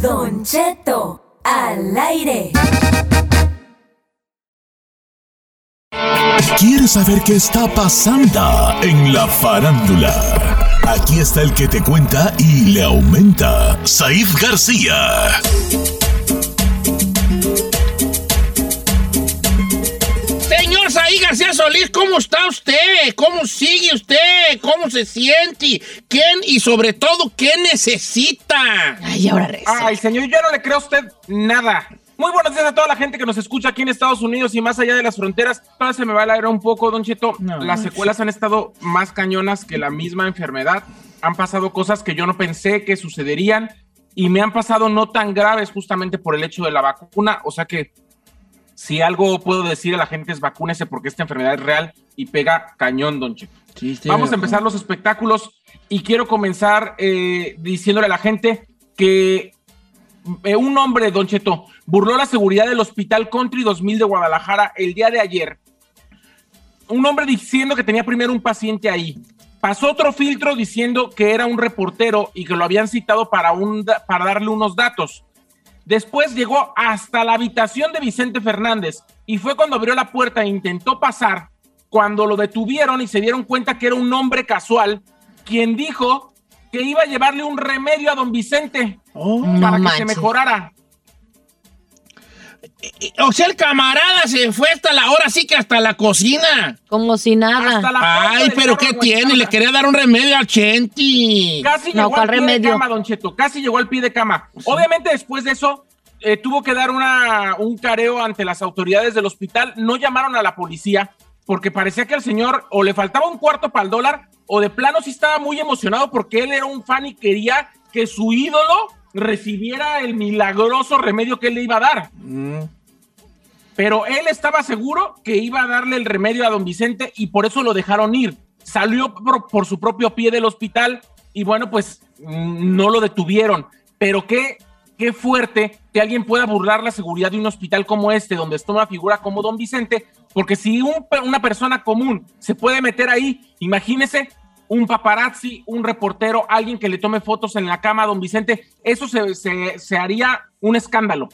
Speaker 6: Don Cheto, al aire.
Speaker 9: ¿Quieres saber qué está pasando en la farándula? Aquí está el que te cuenta y le aumenta, Said García.
Speaker 1: Señor Saí García Solís, ¿cómo está usted? ¿Cómo sigue usted? ¿Cómo se siente? ¿Quién y sobre todo qué necesita?
Speaker 2: Ay, ahora rezo.
Speaker 4: Ay, Ah, señor, yo no le creo a usted nada. Muy buenos días a toda la gente que nos escucha aquí en Estados Unidos y más allá de las fronteras. Todavía se me va el aire un poco, Don Cheto.
Speaker 1: No,
Speaker 4: las
Speaker 1: no,
Speaker 4: secuelas han estado más cañonas que la misma enfermedad. Han pasado cosas que yo no pensé que sucederían y me han pasado no tan graves justamente por el hecho de la vacuna. O sea que si algo puedo decir a la gente es vacúnese porque esta enfermedad es real y pega cañón, Don Cheto. Vamos a empezar los espectáculos y quiero comenzar eh, diciéndole a la gente que eh, un hombre, Don Cheto, burló la seguridad del Hospital Country 2000 de Guadalajara el día de ayer. Un hombre diciendo que tenía primero un paciente ahí. Pasó otro filtro diciendo que era un reportero y que lo habían citado para, un, da- para darle unos datos. Después llegó hasta la habitación de Vicente Fernández y fue cuando abrió la puerta e intentó pasar, cuando lo detuvieron y se dieron cuenta que era un hombre casual, quien dijo que iba a llevarle un remedio a don Vicente
Speaker 1: Oh.
Speaker 4: para que
Speaker 2: manches.
Speaker 4: se mejorara.
Speaker 1: O sea, el camarada se fue hasta la hora, sí que hasta la cocina.
Speaker 2: Como si
Speaker 4: Hasta
Speaker 2: nada.
Speaker 4: la puerta
Speaker 1: Ay,
Speaker 4: del
Speaker 1: pero
Speaker 4: carro
Speaker 1: ¿qué
Speaker 4: lo
Speaker 1: tiene? Le
Speaker 4: encuentran.
Speaker 1: quería dar un remedio al Chenti.
Speaker 4: Casi
Speaker 2: No,
Speaker 4: llegó
Speaker 2: ¿cuál
Speaker 4: al pie
Speaker 2: remedio?
Speaker 4: de cama, Don Cheto. Casi llegó al pie de cama. Obviamente, después de eso, eh, tuvo que dar una, un careo ante las autoridades del hospital. No llamaron a la policía porque parecía que al señor o le faltaba un cuarto para el dólar o de plano sí estaba muy emocionado porque él era un fan y quería que su ídolo recibiera el milagroso remedio que él le iba a dar. Pero él estaba seguro que iba a darle el remedio a don Vicente y por eso lo dejaron ir. Salió por, por su propio pie del hospital y bueno, pues mm, no lo detuvieron. Pero qué, qué fuerte que alguien pueda burlar la seguridad de un hospital como este, donde está una figura como don Vicente, porque si un pe- una persona común se puede meter ahí, imagínese un paparazzi, un reportero, alguien que le tome fotos en la cama a don Vicente, eso se- se- se haría un escándalo.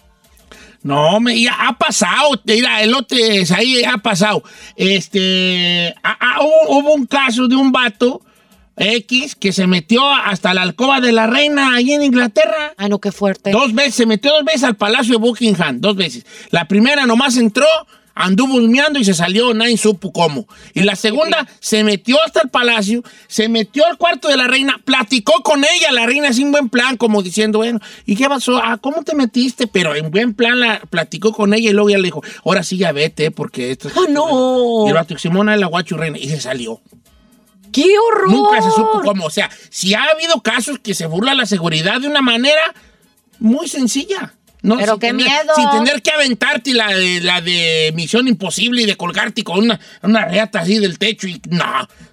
Speaker 1: No, me, y ha pasado, mira, el otro es ahí ha pasado. Este, ah, ah, hubo, hubo un caso de un vato X que se metió hasta la alcoba de la reina ahí en Inglaterra.
Speaker 2: Ay, no, qué fuerte.
Speaker 1: Dos veces, se metió dos veces al Palacio de Buckingham, dos veces. La primera nomás entró, anduvo humeando y se salió, nadie supo cómo. Y la segunda se metió hasta el palacio, se metió al cuarto de la reina, platicó con ella, la reina sin buen plan, como diciendo, bueno, ¿y qué pasó? Ah, ¿cómo te metiste? Pero en buen plan la platicó con ella y luego ya le dijo, ahora sí ya vete, porque esto es...
Speaker 2: ¡Ah, no!
Speaker 1: Y el vato, Simona es la guachu reina, y se salió.
Speaker 2: ¡Qué horror!
Speaker 1: Nunca se supo cómo. O sea, si ha habido casos que se burla la seguridad de una manera muy sencilla. No,
Speaker 2: Pero
Speaker 1: Sin
Speaker 2: qué
Speaker 1: tener-
Speaker 2: miedo.
Speaker 1: Sin tener que aventarte la de, la de Misión Imposible y de colgarte con una, una reata así del techo y no.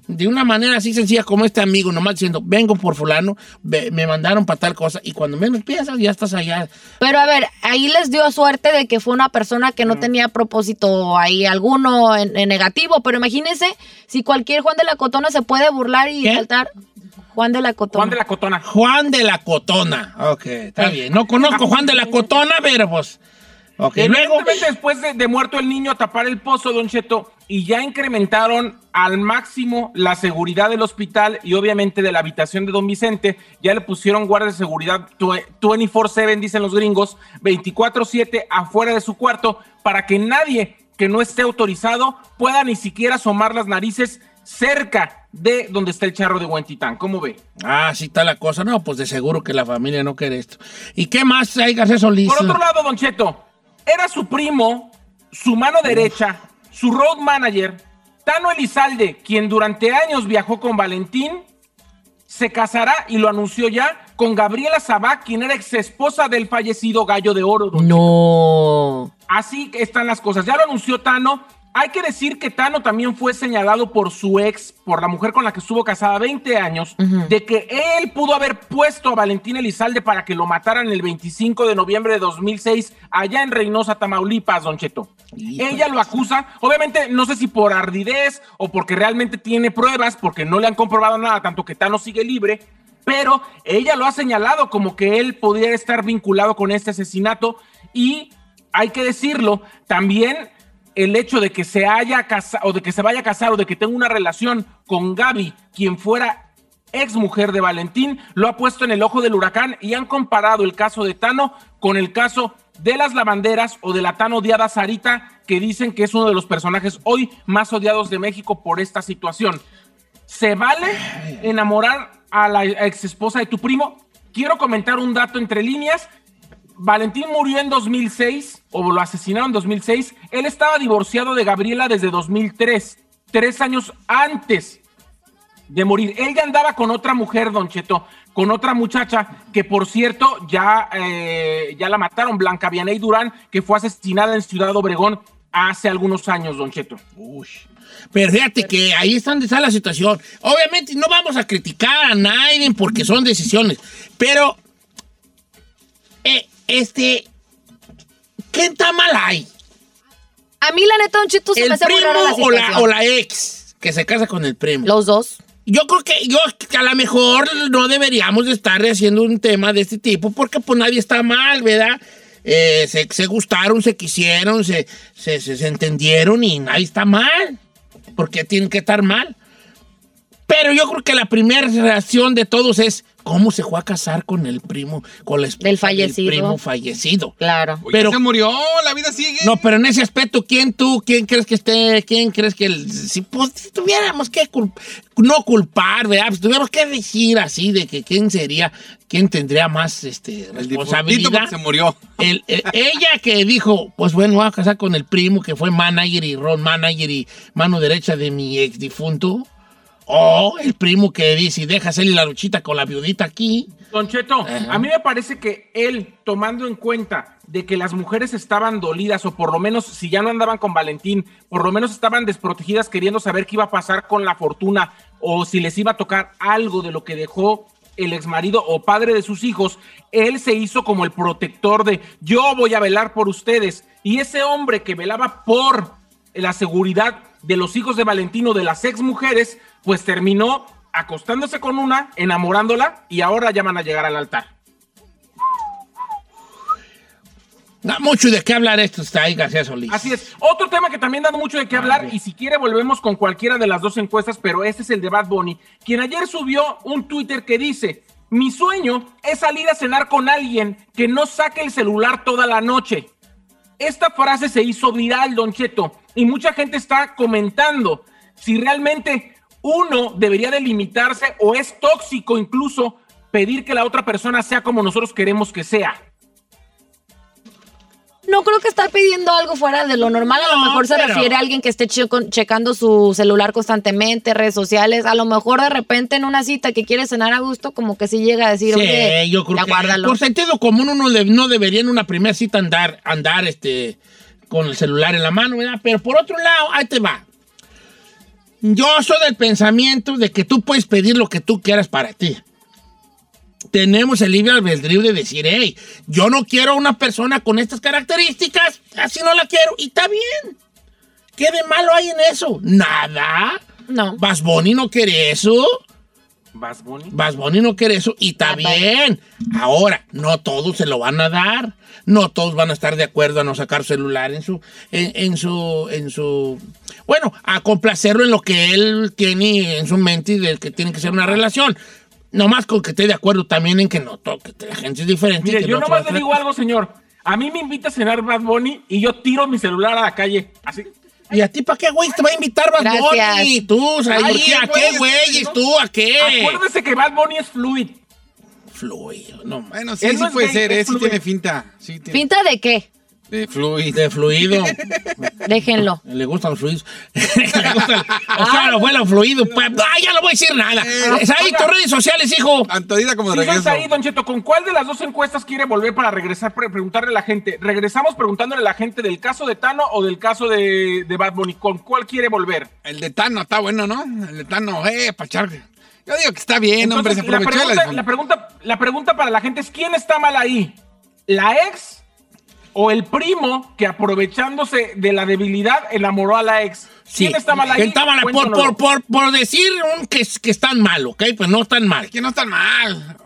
Speaker 1: De una manera así sencilla como este amigo, nomás diciendo, vengo por fulano, ve- me mandaron para tal cosa y cuando menos piensas ya estás allá.
Speaker 2: Pero a ver, ahí les dio suerte de que fue una persona que no
Speaker 4: Mm.
Speaker 2: tenía propósito ahí alguno en, en negativo, pero imagínense si cualquier Juan de la Cotona se puede burlar y
Speaker 1: ¿Qué?
Speaker 2: saltar. Juan de la Cotona.
Speaker 4: Juan de la Cotona.
Speaker 1: Juan de la Cotona. Ok, está bien. No conozco Juan de la Cotona, pero pues... Ok, luego.
Speaker 4: Evidentemente, después de, de muerto el niño, tapar el pozo, Don Cheto, y ya incrementaron al máximo la seguridad del hospital y obviamente de la habitación de Don Vicente. Ya le pusieron guardias de seguridad tue- 24-7, dicen los gringos, 24-7 afuera de su cuarto, para que nadie que no esté autorizado pueda ni siquiera asomar las narices cerca de donde está el charro de Huentitán. ¿Cómo ve?
Speaker 1: Ah, sí está la cosa. No, pues de seguro que la familia no quiere esto. ¿Y qué más hay que hacer, Solís?
Speaker 4: Por otro lado, Don Cheto, era su primo, su mano derecha, su road manager, Tano Elizalde, quien durante años viajó con Valentín, se casará y lo anunció ya con Gabriela Sabá, quien era ex esposa del fallecido Gallo de Oro. Don
Speaker 2: No.
Speaker 4: Así que están las cosas. Ya lo anunció Tano. Hay que decir que Tano también fue señalado por su ex, por la mujer con la que estuvo casada 20 años, de que él pudo haber puesto a Valentín Elizalde para que lo mataran el 25 de noviembre de 2006 allá en Reynosa, Tamaulipas, Don Cheto.
Speaker 1: Eh,
Speaker 4: Ella lo acusa, obviamente no sé si por ardidez o porque realmente tiene pruebas, porque no le han comprobado nada, tanto que Tano sigue libre, pero ella lo ha señalado como que él podría estar vinculado con este asesinato y hay que decirlo, también el hecho de que se haya casado o de que se vaya a casar o de que tenga una relación con Gaby, quien fuera ex mujer de Valentín, lo ha puesto en el ojo del huracán y han comparado el caso de Tano con el caso de las lavanderas o de la tan odiada Sarita, que dicen que es uno de los personajes hoy más odiados de México por esta situación. ¿Se vale enamorar a la ex esposa de tu primo? Quiero comentar un dato entre líneas. Valentín murió en 2006, o lo asesinaron en 2006. Él estaba divorciado de Gabriela desde 2003, tres años antes de morir. Él ya andaba con otra mujer, Don Cheto, con otra muchacha que, por cierto, ya, eh, ya la mataron, Blanca Vianey Durán, que fue asesinada en Ciudad Obregón hace algunos años, Don Cheto.
Speaker 1: Uy. Pero fíjate que ahí es donde está la situación. Obviamente no vamos a criticar a nadie porque son decisiones, pero eh, este ¿qué está mal hay?
Speaker 2: A mí, la neta, Don Cheto se me
Speaker 1: ¿El
Speaker 2: hace muy
Speaker 1: primo
Speaker 2: rara la
Speaker 1: o la,
Speaker 2: situación.
Speaker 1: o la ex que se casa con el primo?
Speaker 2: Los dos.
Speaker 1: Yo creo que yo que a lo mejor no deberíamos de estar haciendo un tema de este tipo porque pues nadie está mal, ¿verdad? Eh, se, se gustaron, se quisieron, se, se, se- se entendieron y nadie está mal. Porque tienen que estar mal. Pero yo creo que la primera reacción de todos es cómo se fue a casar con el primo, con la esposa
Speaker 2: Del fallecido.
Speaker 1: primo fallecido.
Speaker 2: Claro.
Speaker 3: Oye,
Speaker 1: Pero-
Speaker 3: se murió, la vida sigue.
Speaker 1: No, pero en ese aspecto, ¿quién tú? ¿Quién crees que esté? ¿Quién crees que el- si, pues, si tuviéramos que culp- no culpar, ¿verdad? Pues, tuviéramos que decir así de que quién sería, quién tendría más este,
Speaker 3: el difuntito porque
Speaker 1: responsabilidad.
Speaker 3: se murió.
Speaker 1: El- el- ella que dijo, pues bueno, voy a casar con el primo que fue manager y road manager y mano derecha de mi ex difunto. O el primo que dice, deja hacerle la luchita con la viudita aquí.
Speaker 4: Don Cheto,
Speaker 1: Ajá.
Speaker 4: a mí me parece que él, tomando en cuenta de que las mujeres estaban dolidas, o por lo menos, si ya no andaban con Valentín, por lo menos estaban desprotegidas queriendo saber qué iba a pasar con la fortuna, o si les iba a tocar algo de lo que dejó el exmarido o padre de sus hijos, él se hizo como el protector de yo voy a velar por ustedes. Y ese hombre que velaba por la seguridad de los hijos de Valentino, de las ex mujeres, pues terminó acostándose con una, enamorándola y ahora ya van a llegar al altar.
Speaker 1: Da mucho de qué hablar esto, está ahí García Solís.
Speaker 4: Así es. Otro tema que también da mucho de qué hablar y si quiere volvemos con cualquiera de las dos encuestas, pero este es el de Bad Bunny, quien ayer subió un Twitter que dice, mi sueño es salir a cenar con alguien que no saque el celular toda la noche. Esta frase se hizo viral, Don Cheto, y mucha gente está comentando si realmente uno debería delimitarse o es tóxico incluso pedir que la otra persona sea como nosotros queremos que sea.
Speaker 2: No creo que estar pidiendo algo fuera de lo normal. A lo
Speaker 1: No,
Speaker 2: mejor se
Speaker 1: pero-
Speaker 2: refiere a alguien que esté che- con- checando su celular constantemente, redes sociales. A lo mejor de repente en una cita que quiere cenar a gusto, como que sí llega a decir, oye,
Speaker 1: Sí, yo creo
Speaker 2: ya
Speaker 1: que
Speaker 2: guárdalo.
Speaker 1: por sentido común uno de- no debería en una primera cita andar, andar este, con el celular en la mano, ¿verdad? Pero por otro lado, ahí te va. Yo soy del pensamiento de que tú puedes pedir lo que tú quieras para ti. Tenemos el libre albedrío de decir, hey, yo no quiero a una persona con estas características, así no la quiero, y está bien. ¿Qué de malo hay en eso? Nada.
Speaker 2: No.
Speaker 1: Bad Bunny no quiere eso.
Speaker 4: Vas Bunny.
Speaker 1: Bad Bunny no quiere eso y está bien. Ahora, no todos se lo van a dar. No todos van a estar de acuerdo a no sacar celular en su, en, en su, en su, bueno, a complacerlo en lo que él tiene en su mente y del que tiene que ser una relación. Nomás con que esté de acuerdo también en que no toque, que la gente es diferente. y
Speaker 4: Mire,
Speaker 1: que
Speaker 4: yo
Speaker 1: no se va
Speaker 4: nomás
Speaker 1: a
Speaker 4: le
Speaker 1: hacer-
Speaker 4: digo algo, señor. A mí me invita a cenar Bad Bunny y yo tiro mi celular a la calle. Así.
Speaker 1: ¿Y a ti para qué, güey? Te va a invitar Bad
Speaker 2: Gracias.
Speaker 1: Bunny. Tú, ahí,
Speaker 4: ¿por qué,
Speaker 1: ¿a
Speaker 4: güey?
Speaker 1: qué, güey? ¿Tú, a qué?
Speaker 4: Acuérdese que Bad Bunny es fluid.
Speaker 1: Fluido, no más.
Speaker 3: Bueno, sí,
Speaker 4: Él
Speaker 3: sí
Speaker 4: no es
Speaker 3: puede
Speaker 4: gay,
Speaker 3: ser,
Speaker 4: es
Speaker 3: ¿eh? Sí
Speaker 4: fluido.
Speaker 3: tiene finta. Sí, tiene
Speaker 2: ¿Pinta de qué?
Speaker 3: Sí, fluido.
Speaker 1: De fluido.
Speaker 2: Déjenlo.
Speaker 1: Le gustan los fluidos. Le gustan- o sea, lo fue lo fluido. pues. Ah, ya no voy a decir nada. Es ahí tus redes sociales, hijo.
Speaker 3: Antonina como de
Speaker 4: Síganse ahí,
Speaker 3: regreso.
Speaker 4: Don Cheto, ¿con cuál de las dos encuestas quiere volver para regresar, pre- preguntarle a la gente? ¿Regresamos preguntándole a la gente del caso de Tano o del caso de, de Bad Bunny? ¿Con cuál quiere volver?
Speaker 3: El de Tano está bueno, ¿no? El de Tano, eh, pachar. Yo digo que está bien, hombre,
Speaker 4: Entonces,
Speaker 3: se
Speaker 4: la,
Speaker 3: aprovechó de
Speaker 4: pregunta, la,
Speaker 3: la
Speaker 4: pregunta, la pregunta para la gente es, ¿quién está mal ahí? ¿La ex o el primo que aprovechándose de la debilidad enamoró a la ex?
Speaker 1: Sí.
Speaker 4: ¿Quién está mal ahí?
Speaker 1: ¿Quién está mal? Por,
Speaker 4: Cuéntanoslo.
Speaker 1: por, por, por decir un que, es- que están mal, ¿ok? Pues no están mal.
Speaker 3: Que no está mal.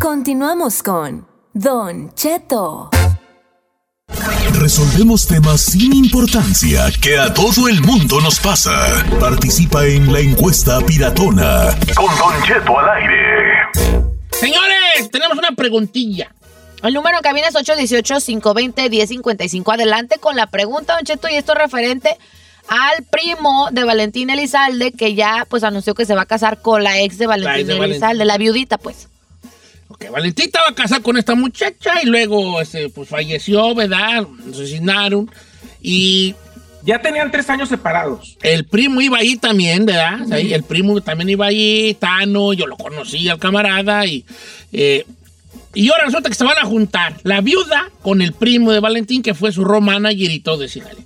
Speaker 6: Continuamos con Don Cheto.
Speaker 9: Resolvemos temas sin importancia que a todo el mundo nos pasa. Participa en la encuesta piratona. Con Don Cheto al aire.
Speaker 1: Señores, tenemos una preguntilla.
Speaker 2: El número que viene es 818-520-1055. Adelante con la pregunta, Don Cheto, y esto es referente al primo de Valentín Elizalde, que ya pues anunció que se va a casar con la ex de Valentín
Speaker 1: La ex de Valentín.
Speaker 2: Elizalde, la viudita, pues.
Speaker 1: Ok, Valentita va a casar con esta muchacha y luego este, pues falleció, ¿verdad? Lo Asesinaron. Y
Speaker 4: Ya tenían tres años separados.
Speaker 1: El primo iba ahí también, ¿verdad? O sea, El primo también iba ahí, Tano, yo lo conocí al camarada y, eh, y ahora resulta que se van a juntar la viuda con el primo de Valentín que fue su road manager y todo ese jale.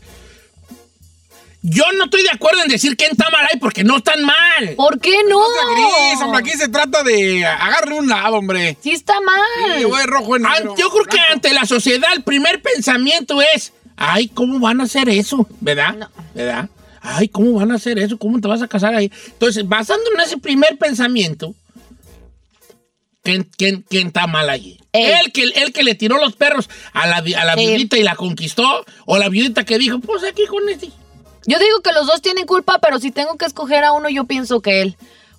Speaker 1: Yo no estoy de acuerdo en decir quién está mal ahí porque no están mal.
Speaker 2: ¿Por qué no?
Speaker 3: Está Pues Ah, gris, hombre, aquí se trata de agarre un lado, hombre.
Speaker 2: Sí está
Speaker 3: Y
Speaker 2: mal.
Speaker 3: voy rojo en negro.
Speaker 1: An- Ah, Yo creo que ante la sociedad el primer pensamiento es, ay, ¿cómo van a hacer eso? ¿Verdad?
Speaker 2: No.
Speaker 1: ¿Verdad? Ay, ¿cómo van a hacer eso? ¿Cómo te vas a casar ahí? Entonces, basándome en ese primer pensamiento, ¿quién, quién, quién está mal allí?
Speaker 2: Él.
Speaker 1: El que, el que le tiró los perros a la, vi- a la
Speaker 2: Sí.
Speaker 1: viudita y la conquistó, o la viudita que dijo, pues aquí con este.
Speaker 2: Yo digo que los dos tienen culpa, pero si tengo que escoger a uno, yo pienso que él.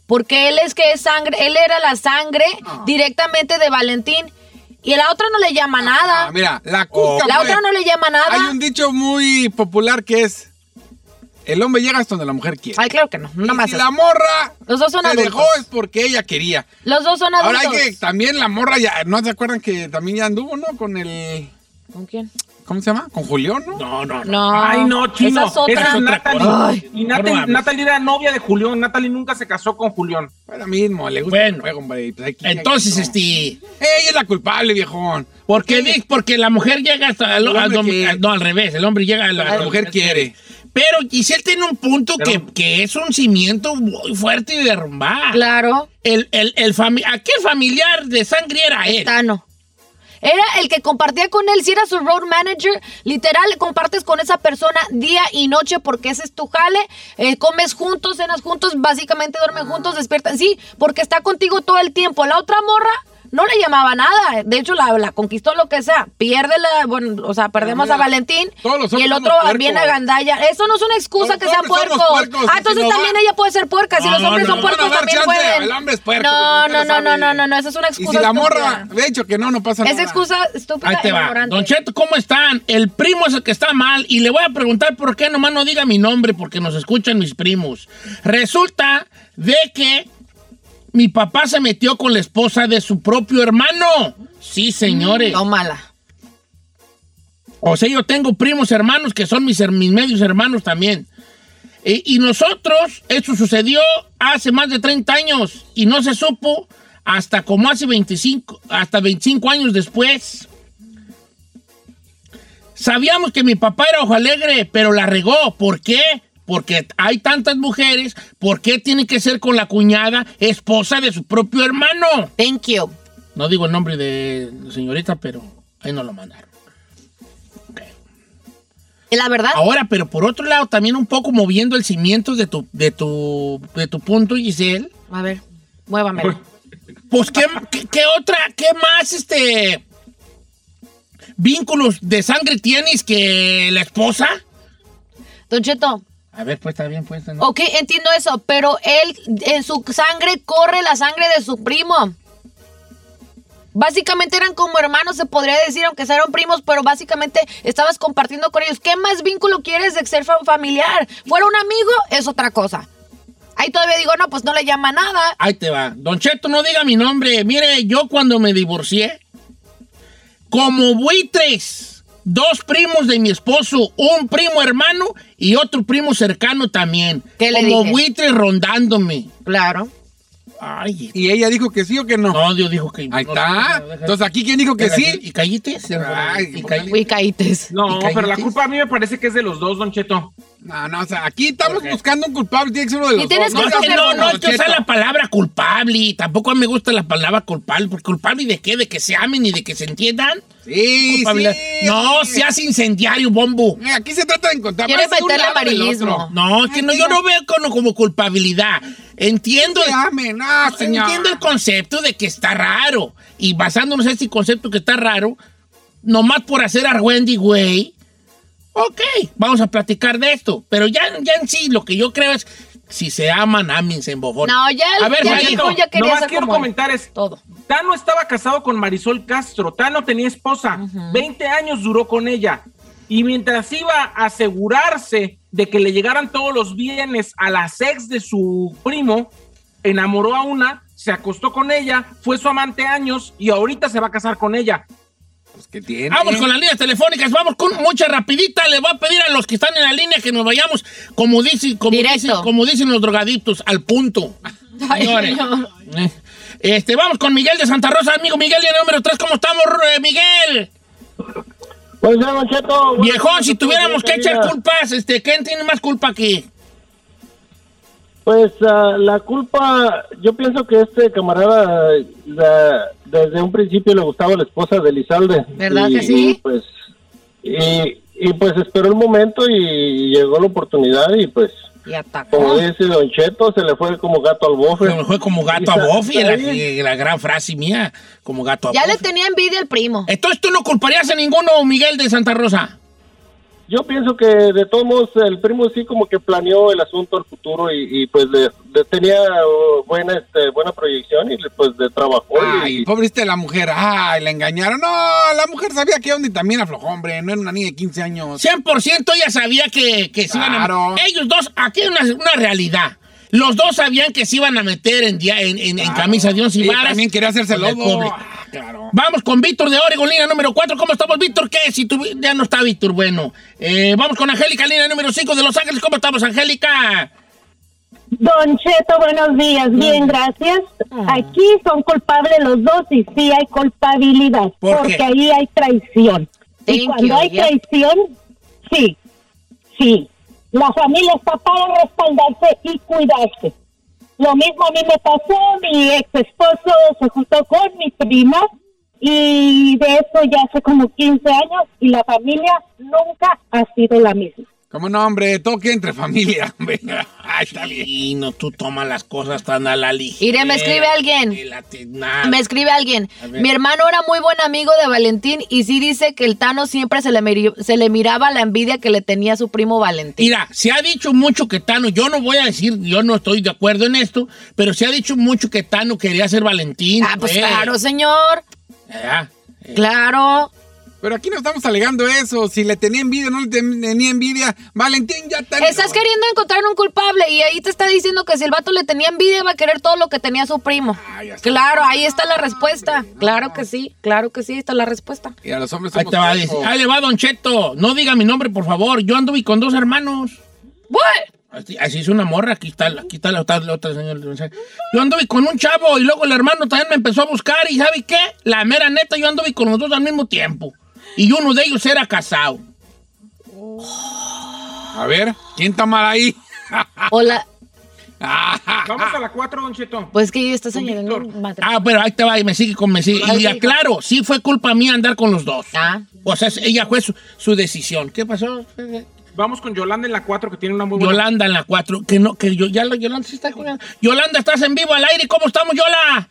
Speaker 2: Porque él es que es sangre, él era la sangre directamente de Valentín. Y la otra no le llama nada.
Speaker 3: Ah. Ah, mira, la cuca.
Speaker 2: la
Speaker 3: pues.
Speaker 2: otra no le llama nada.
Speaker 3: Hay un dicho muy popular que es: el hombre llega hasta donde la mujer quiere.
Speaker 2: Ay, claro que no, nada
Speaker 3: Y
Speaker 2: más.
Speaker 3: si
Speaker 2: eso.
Speaker 3: la morra
Speaker 2: Los dos son
Speaker 3: te dejó
Speaker 2: adultos.
Speaker 3: es porque ella quería.
Speaker 2: Los dos son
Speaker 3: Ahora
Speaker 2: adultos.
Speaker 3: hay que también la morra ya, ¿no se acuerdan que también ya anduvo, no? Con el,
Speaker 2: ¿Con quién?
Speaker 3: ¿cómo se llama? Con Julián, ¿no?
Speaker 1: No, no, no.
Speaker 2: No.
Speaker 4: Ay, no, chino.
Speaker 2: Ah, Esa es otra.
Speaker 4: Esa es
Speaker 1: otra
Speaker 4: Natalie.
Speaker 1: cosa.
Speaker 2: Ay.
Speaker 4: y
Speaker 1: No
Speaker 4: Natalie,
Speaker 1: mames.
Speaker 4: Natalie era novia de Julián. Natalie nunca se casó con Julián.
Speaker 3: Ahora mismo, le gusta
Speaker 1: Bueno.
Speaker 3: el juego, hombre. y pues hay que-
Speaker 1: Entonces,
Speaker 3: no.
Speaker 1: este...
Speaker 3: Ella es la culpable, viejón.
Speaker 1: Porque, di- porque la mujer llega hasta al,
Speaker 3: El hombre
Speaker 1: al dom-
Speaker 3: que-
Speaker 1: al- no, al revés, el hombre llega a la,
Speaker 3: La mujer quiere.
Speaker 1: Pero Giselle tiene un punto
Speaker 4: Pero-
Speaker 1: que, que es un cimiento muy fuerte y derrumbar.
Speaker 2: Claro,
Speaker 1: El, el, el fami- aquel familiar de sangre era él.
Speaker 2: Tano. Era el que compartía con él, si era su road manager, literal, compartes con esa persona día y noche porque ese es tu jale, eh, comes juntos, cenas juntos, básicamente duermen juntos, despiertan, sí, porque está contigo todo el tiempo. La otra morra no le llamaba nada, de hecho la, la conquistó lo que sea, pierde la, bueno, o sea, perdemos
Speaker 3: mira,
Speaker 2: a Valentín
Speaker 3: todos los
Speaker 2: y el
Speaker 3: hombres
Speaker 2: otro
Speaker 3: somos
Speaker 2: bien a
Speaker 3: puercos.
Speaker 2: Gandaya. Eso no es una excusa
Speaker 3: Todos
Speaker 2: que
Speaker 3: los
Speaker 2: sea
Speaker 3: hombres
Speaker 2: puerco.
Speaker 3: somos puercos,
Speaker 2: ah,
Speaker 3: y
Speaker 2: entonces
Speaker 3: si no
Speaker 2: también
Speaker 3: va-
Speaker 2: ella puede ser puerca, si
Speaker 1: No,
Speaker 2: los
Speaker 1: no,
Speaker 2: hombres
Speaker 1: no,
Speaker 2: son
Speaker 1: no van a
Speaker 2: puercos
Speaker 3: dar
Speaker 2: también
Speaker 3: chance,
Speaker 2: pueden.
Speaker 3: el hombre es puerco,
Speaker 2: no,
Speaker 3: porque no
Speaker 2: no,
Speaker 3: se
Speaker 2: no,
Speaker 3: la
Speaker 2: no,
Speaker 3: sabe.
Speaker 2: no, no, no, esa es una
Speaker 3: Y
Speaker 2: excusa.
Speaker 3: si la morra
Speaker 2: estúpida.
Speaker 3: de hecho que no, no pasa nada.
Speaker 2: Es excusa estúpida
Speaker 1: Ahí te
Speaker 2: e
Speaker 1: va.
Speaker 2: ignorante.
Speaker 1: Don Cheto, ¿cómo están? El primo es el que está mal y le voy a preguntar por qué nomás no diga mi nombre porque nos escuchan mis primos. Resulta de que mi papá se metió con la esposa de su propio hermano. Sí, señores.
Speaker 2: Tómala.
Speaker 1: O sea, yo tengo primos hermanos que son mis, her- mis medios hermanos también. E- y nosotros, eso sucedió hace más de 30 años y no se supo hasta como hace 25, hasta 25 años después. Sabíamos que mi papá era ojo alegre, pero la regó. ¿Por qué? porque hay tantas mujeres, ¿por qué tiene que ser con la cuñada esposa de su propio hermano?
Speaker 2: Thank you.
Speaker 1: No digo el nombre de señorita, pero ahí no lo mandaron.
Speaker 2: La verdad,
Speaker 1: Ahora, pero por otro lado, también un poco moviendo el cimiento de tu, de tu, de tu punto, Giselle.
Speaker 2: a ver, muévamelo.
Speaker 1: Pues, ¿qué, qué- qué otra, qué más, este, vínculos de sangre tienes que la esposa?
Speaker 2: Don Cheto,
Speaker 1: A ver, pues, está bien, pues, ¿no?
Speaker 2: ok, entiendo eso, pero él, en su sangre corre la sangre de su primo. Básicamente eran como hermanos, se podría decir, aunque sean primos, pero básicamente estabas compartiendo con ellos. ¿Qué más vínculo quieres de ser fa- familiar? Fuera un amigo es otra cosa. Ahí todavía digo, no, pues no le llama nada.
Speaker 1: Ahí te va. Don Cheto, no diga mi nombre. Mire, yo cuando me divorcié, como buitres, dos primos de mi esposo, un primo hermano y otro primo cercano también.
Speaker 2: ¿Qué le
Speaker 1: como
Speaker 2: dije?
Speaker 1: buitres rondándome.
Speaker 2: Claro.
Speaker 1: Ay,
Speaker 3: Y ella dijo que sí o que no.
Speaker 1: no, Dios dijo que...
Speaker 3: Ahí
Speaker 1: no,
Speaker 3: está.
Speaker 1: no, no, deja-
Speaker 3: Entonces, aquí quién dijo que sí.
Speaker 1: Y callite.
Speaker 3: Ay,
Speaker 1: y
Speaker 3: ¿por
Speaker 1: cállate.
Speaker 2: Uy, caítes.
Speaker 4: No,
Speaker 3: ¿Y
Speaker 4: pero la
Speaker 3: Cayetis?
Speaker 4: culpa a mí me parece que es de los dos, Don Cheto.
Speaker 3: No, no, o sea, aquí estamos
Speaker 1: Ok.
Speaker 3: buscando un culpable, tiene que ser uno de los
Speaker 2: Y tienes
Speaker 3: dos.
Speaker 1: No,
Speaker 2: que
Speaker 1: es que
Speaker 2: escoger
Speaker 1: no, no,
Speaker 2: uno,
Speaker 1: es que usa la palabra culpable. y Tampoco me gusta la palabra culpable. porque ¿Culpable de qué? ¿De que se amen y de que se entiendan?
Speaker 3: Sí,
Speaker 1: Culpabilidad.
Speaker 3: sí.
Speaker 1: No, seas incendiario, bombo.
Speaker 3: Mira, Aquí se trata de encontrar.
Speaker 2: Quiere
Speaker 3: más de un
Speaker 2: meterle
Speaker 3: lado del
Speaker 2: amarillismo.
Speaker 3: otro.
Speaker 1: No, es que no, yo no veo como, como culpabilidad. Entiendo,
Speaker 3: Te amen, no, señor.
Speaker 1: entiendo el concepto de que está raro. Y basándonos en este concepto que está raro, nomás por hacer a Wendy güey, ok, vamos a platicar de esto. Pero ya, ya en sí, lo que yo creo es, si se aman, ámense en bojón.
Speaker 2: No, ya,
Speaker 1: A ver,
Speaker 2: ya
Speaker 1: Juanito,
Speaker 2: dijo, ya
Speaker 4: no
Speaker 2: quería
Speaker 4: más
Speaker 2: ser
Speaker 4: quiero
Speaker 2: como él.
Speaker 4: comentar es,
Speaker 2: Todo.
Speaker 4: Tano estaba casado con Marisol Castro. Tano tenía esposa. 20 años duró con ella. Y mientras iba a asegurarse de que le llegaran todos los bienes a la ex de su primo, enamoró a una, se acostó con ella, fue su amante años y ahorita se va a casar con ella.
Speaker 3: Pues que tiene.
Speaker 1: Vamos con las líneas telefónicas, vamos con mucha rapidita. Le voy a pedir a los que están en la línea que nos vayamos, como dicen, como,
Speaker 2: Directo.
Speaker 1: dicen, como dicen los drogadictos, al punto.
Speaker 2: Ay,
Speaker 1: Señores.
Speaker 2: señor.
Speaker 1: Eh, Este, vamos con Miguel de Santa Rosa, amigo Miguel, día número 3. ¿Cómo estamos, eh, Miguel?
Speaker 8: Pues no, Don Cheto. bueno,
Speaker 1: Viejón, si
Speaker 8: Don Cheto,
Speaker 1: tuviéramos que
Speaker 8: buena
Speaker 1: echar
Speaker 8: vida.
Speaker 1: culpas, este, ¿quién tiene más culpa aquí?
Speaker 8: Pues ah, la culpa, yo pienso que este camarada la- desde un principio le gustaba la esposa de Elizalde.
Speaker 2: ¿Verdad
Speaker 8: Y-
Speaker 2: que sí?
Speaker 8: y, pues, y, y, pues esperó el momento y llegó la oportunidad y pues,
Speaker 2: Y
Speaker 8: como
Speaker 2: atacó.
Speaker 8: dice Don Cheto, se le fue como gato al bofe.
Speaker 1: Se me fue como gato a
Speaker 8: Está-
Speaker 1: Buffy,
Speaker 8: está
Speaker 1: la, eh,
Speaker 8: bien.
Speaker 1: la gran frase mía, como gato a
Speaker 2: Ya le
Speaker 1: Buffy.
Speaker 2: tenía envidia al primo.
Speaker 1: Entonces tú no culparías a ninguno, Miguel de Santa Rosa.
Speaker 8: Yo pienso que de todos modos el primo sí como que planeó el asunto al futuro y, y, pues le, le tenía oh, buena este, buena proyección y le, pues de trabajó. y-
Speaker 3: Ay, pobrecita de la mujer. Ay, la engañaron. No, la mujer sabía que onda y también aflojó, hombre. No era una niña de 15 años.
Speaker 1: 100% ella sabía que, que se iban
Speaker 3: Claro.
Speaker 1: a Ellos dos, aquí hay una, una realidad. Los dos sabían que se iban a meter en, dia- en, en- en
Speaker 3: Claro.
Speaker 1: camisa
Speaker 2: pues,
Speaker 1: de once y
Speaker 3: Y
Speaker 1: varas.
Speaker 3: también quería hacerse
Speaker 1: con el
Speaker 3: lobo.
Speaker 1: público.
Speaker 3: Ah, claro.
Speaker 1: Vamos con Víctor de Oregon, línea número 4. ¿Cómo estamos, Víctor? ¿Qué? Si tú, ya no está Víctor, bueno. Eh, vamos con Angélica, línea número 5 de Los Ángeles. ¿Cómo estamos, Angélica?
Speaker 7: Don Cheto, buenos días. Bien, gracias. Aquí son culpables los dos y sí hay culpabilidad.
Speaker 1: ¿Por
Speaker 7: porque
Speaker 1: qué?
Speaker 7: ahí hay traición.
Speaker 2: Thank
Speaker 7: y cuando
Speaker 2: you,
Speaker 7: hay
Speaker 2: yeah.
Speaker 7: traición, sí, sí. La familia está para respaldarse y cuidarse. Lo mismo a mí me pasó. Mi ex esposo se juntó con mi prima y de eso ya hace como 15 años y la familia nunca ha sido la misma.
Speaker 3: Como no, hombre? Toque entre familia, hombre. Ay, está bien.
Speaker 1: Y no, tú tomas las cosas tan a la ligera.
Speaker 2: Iré, me escribe alguien.
Speaker 1: de la
Speaker 3: Ah.
Speaker 1: tenaz.
Speaker 2: Me escribe alguien. Mi hermano era muy buen amigo de Valentín y sí dice que el Tano siempre se le, miri- se le miraba la envidia que le tenía a su primo Valentín.
Speaker 1: Mira, se ha dicho mucho que Tano, yo no voy a decir, yo no estoy de acuerdo en esto, pero se ha dicho mucho que Tano quería ser Valentín.
Speaker 2: Ah, pues
Speaker 1: güey.
Speaker 2: claro, señor.
Speaker 1: Ah, eh.
Speaker 2: Claro.
Speaker 3: Pero aquí no estamos alegando eso. Si le tenía envidia o no le ten- tenía envidia, Valentín ya está.
Speaker 2: Estás queriendo encontrar un culpable y ahí te está diciendo que si el vato le tenía envidia va a querer todo lo que tenía su primo.
Speaker 3: Ah, ya está.
Speaker 2: Claro, ahí está la respuesta. Claro que sí, claro que sí, ahí está la respuesta.
Speaker 3: Y a los hombres
Speaker 1: Ahí
Speaker 3: somos oh.
Speaker 1: te va, dice,
Speaker 3: cuerpo.
Speaker 1: ahí le va Don Cheto, no diga mi nombre, por favor, yo anduve con dos hermanos.
Speaker 2: ¿What?
Speaker 1: Así, así es una morra, aquí está, la- aquí está la, otra- la otra señora. Yo anduve con un chavo y luego el hermano también me empezó a buscar y ¿sabe qué? La mera neta, yo anduve con los dos al mismo tiempo. Y uno de ellos era casado.
Speaker 3: A ver, ¿quién está mal ahí? Ah.
Speaker 2: Hola.
Speaker 4: Vamos a la 4, Don Cheto.
Speaker 2: Pues que estás señalando
Speaker 4: Víctor.
Speaker 2: un matrimonio.
Speaker 1: Ah, pero ahí te va y me sigue con me sigue.
Speaker 2: Claro
Speaker 1: Y
Speaker 2: que sí.
Speaker 1: aclaro, sí fue culpa mía andar con los dos.
Speaker 2: Ah.
Speaker 1: O sea, ella fue su, su decisión. ¿Qué pasó?
Speaker 4: Vamos con Yolanda en la 4, que tiene una muy buena.
Speaker 1: Yolanda en la 4. Que no, que yo, ya la Yolanda sí está jugando. Yolanda, estás en vivo al aire. ¿Cómo estamos, Yola?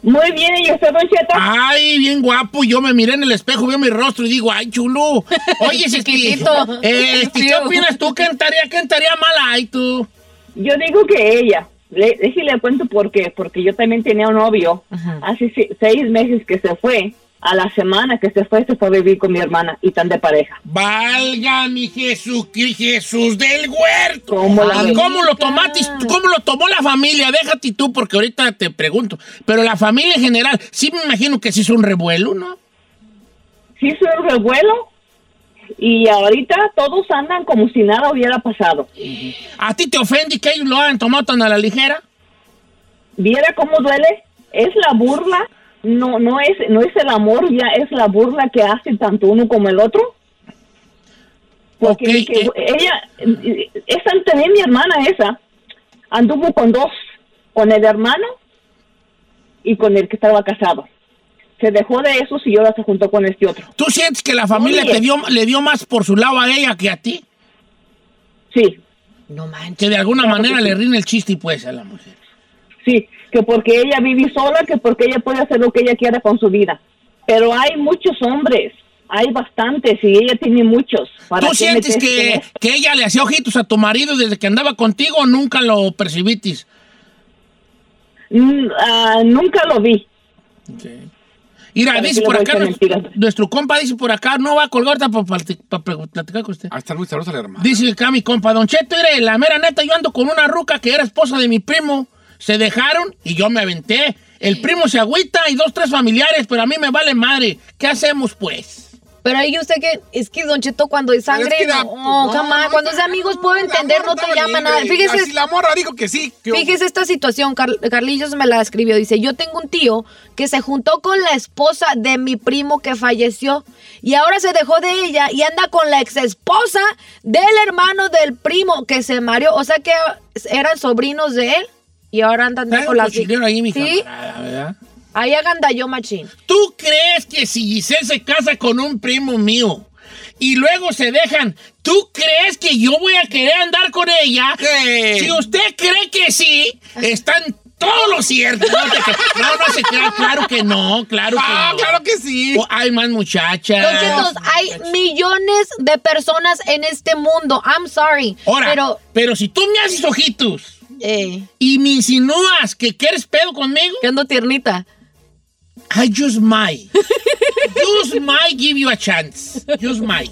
Speaker 7: Muy bien, ¿y usted, Don Cheto?
Speaker 1: Ah, Ay, bien guapo. Yo me miré en el espejo, vi mi rostro y digo, ay, chulo. Oye, este,
Speaker 2: Chiquitito.
Speaker 1: eh, este, ¿qué
Speaker 2: Feo.
Speaker 1: opinas tú? ¿Qué estaría, qué estaría mal ahí tú?
Speaker 7: Yo digo que ella. Le, déjale le cuento por qué. Porque yo también tenía un novio. Hace se- seis meses que se fue. A la semana que se fue, se fue a vivir con mi hermana y tan de pareja.
Speaker 1: Valga mi Jesús, que Jesús del huerto.
Speaker 7: ¿Cómo la
Speaker 1: Ah,
Speaker 7: ves?
Speaker 1: ¿Cómo lo tomaste? ¿Cómo lo tomó la familia? Déjate tú, porque ahorita te pregunto. Pero la familia en general, sí me imagino que se hizo un revuelo, ¿no?
Speaker 7: Sí, hizo un revuelo. Y ahorita todos andan como si nada hubiera pasado.
Speaker 1: ¿A ti te ofende que ellos lo hayan tomado tan a la ligera?
Speaker 7: ¿Viera cómo duele? Es la burla. No, no es, no es el amor, ya es la burla que hace tanto uno como el otro. Porque
Speaker 1: Ok,
Speaker 7: el que-
Speaker 1: eh.
Speaker 7: ella, esa también mi hermana esa, anduvo con dos, con el hermano y con el que estaba casado. Se dejó de esos y ahora se juntó con este otro.
Speaker 1: ¿Tú sientes que la familia
Speaker 7: Oye.
Speaker 1: te dio, le dio más por su lado a ella que a ti?
Speaker 7: Sí,
Speaker 2: No manches.
Speaker 1: Que de alguna manera le rinde el chiste, pues, a la mujer.
Speaker 7: sí, que porque ella vive sola, que porque ella puede hacer lo que ella quiera con su vida. Pero hay muchos hombres, hay bastantes y ella tiene muchos. ¿Para
Speaker 1: ¿Tú
Speaker 7: qué
Speaker 1: sientes
Speaker 7: meterse en
Speaker 1: que,
Speaker 7: esto?
Speaker 1: que ella le hacía ojitos a tu marido desde que andaba contigo o nunca lo percibiste?
Speaker 7: Mm, ah, nunca lo vi.
Speaker 1: Mira,
Speaker 7: Para
Speaker 1: dice
Speaker 7: que le
Speaker 1: por
Speaker 7: voy
Speaker 1: acá,
Speaker 7: con
Speaker 1: nuestro,
Speaker 7: mentiras.
Speaker 1: nuestro compa dice por acá, no va a colgar para platicar con usted.
Speaker 3: Ah, está muy sabrosa la hermana.
Speaker 1: Dice acá mi compa, Don Cheto, mire, la mera neta, yo ando con una ruca que era esposa de mi primo. Se dejaron y yo me aventé. El primo se agüita y dos, tres familiares, pero a mí me vale madre. ¿Qué hacemos, pues?
Speaker 2: Pero ahí usted que, es que Don Cheto, cuando es
Speaker 3: Pero
Speaker 2: sangre,
Speaker 3: es que la-
Speaker 2: no, jamás.
Speaker 3: no,
Speaker 2: cuando
Speaker 3: no,
Speaker 2: es de amigos puedo
Speaker 3: la
Speaker 2: entender,
Speaker 3: morra
Speaker 2: no te
Speaker 3: estaba
Speaker 2: llama
Speaker 3: libre.
Speaker 2: nada. Fíjese,
Speaker 3: Así la morra dijo que sí. que-
Speaker 2: Fíjese esta situación, Car- Carlillos me la escribió. Dice, yo tengo un tío que se juntó con la esposa de mi primo que falleció y ahora se dejó de ella y anda con la exesposa del hermano del primo que se mareó. O sea que eran sobrinos de él y ahora andan
Speaker 1: Trae
Speaker 2: con
Speaker 1: un
Speaker 2: la...
Speaker 1: cochinero ahí, mi
Speaker 2: Sí,
Speaker 1: camarada, ¿verdad?
Speaker 2: ahí aganda yo, machín.
Speaker 1: ¿Tú crees que si Giselle se casa con un primo mío y luego se dejan, ¿tú crees que yo voy a querer andar con ella?
Speaker 3: ¿Qué?
Speaker 1: Si usted cree que sí, están todos los ciertos. No, te creas. no, no se crea. Claro que no, claro que
Speaker 3: Ah,
Speaker 1: no.
Speaker 3: claro que sí.
Speaker 1: Oh, hay más muchachas.
Speaker 2: Don Chetos, hay millones de personas en este mundo. I'm sorry.
Speaker 1: Ahora, pero,
Speaker 2: Pero,
Speaker 1: si tú me haces ojitos
Speaker 2: eh,
Speaker 1: y me insinúas que quieres pedo conmigo,
Speaker 2: que ando tiernita.
Speaker 1: I just might. just might give you a chance. Just might.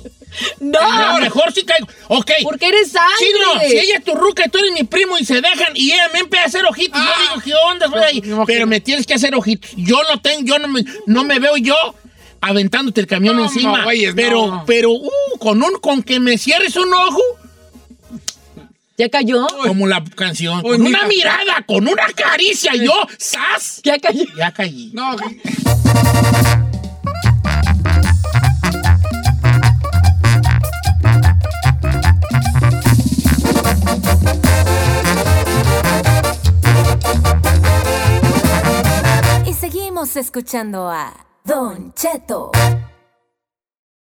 Speaker 2: No,
Speaker 1: A lo mejor sí caigo. Ok.
Speaker 2: porque eres sangre.
Speaker 1: Sí, no, si ella es tu ruca y tú eres mi primo y se dejan y ella me empieza a hacer ojitos,
Speaker 3: Ah,
Speaker 1: yo digo, ¿qué onda? Soy ahí? Pero me tienes que hacer ojitos. Yo no tengo, yo no me, no me veo yo aventándote el camión
Speaker 3: No,
Speaker 1: encima.
Speaker 3: no, güeyes,
Speaker 1: pero,
Speaker 3: no.
Speaker 1: pero, uh, con un, con que me cierres un ojo,
Speaker 2: Ya cayó.
Speaker 1: como la canción,
Speaker 3: Uy,
Speaker 1: con una
Speaker 3: mija.
Speaker 1: mirada, con una caricia, yo, ¡zas!
Speaker 2: Ya cayó.
Speaker 1: Ya caí.
Speaker 3: No,
Speaker 6: Y seguimos escuchando a Don Cheto.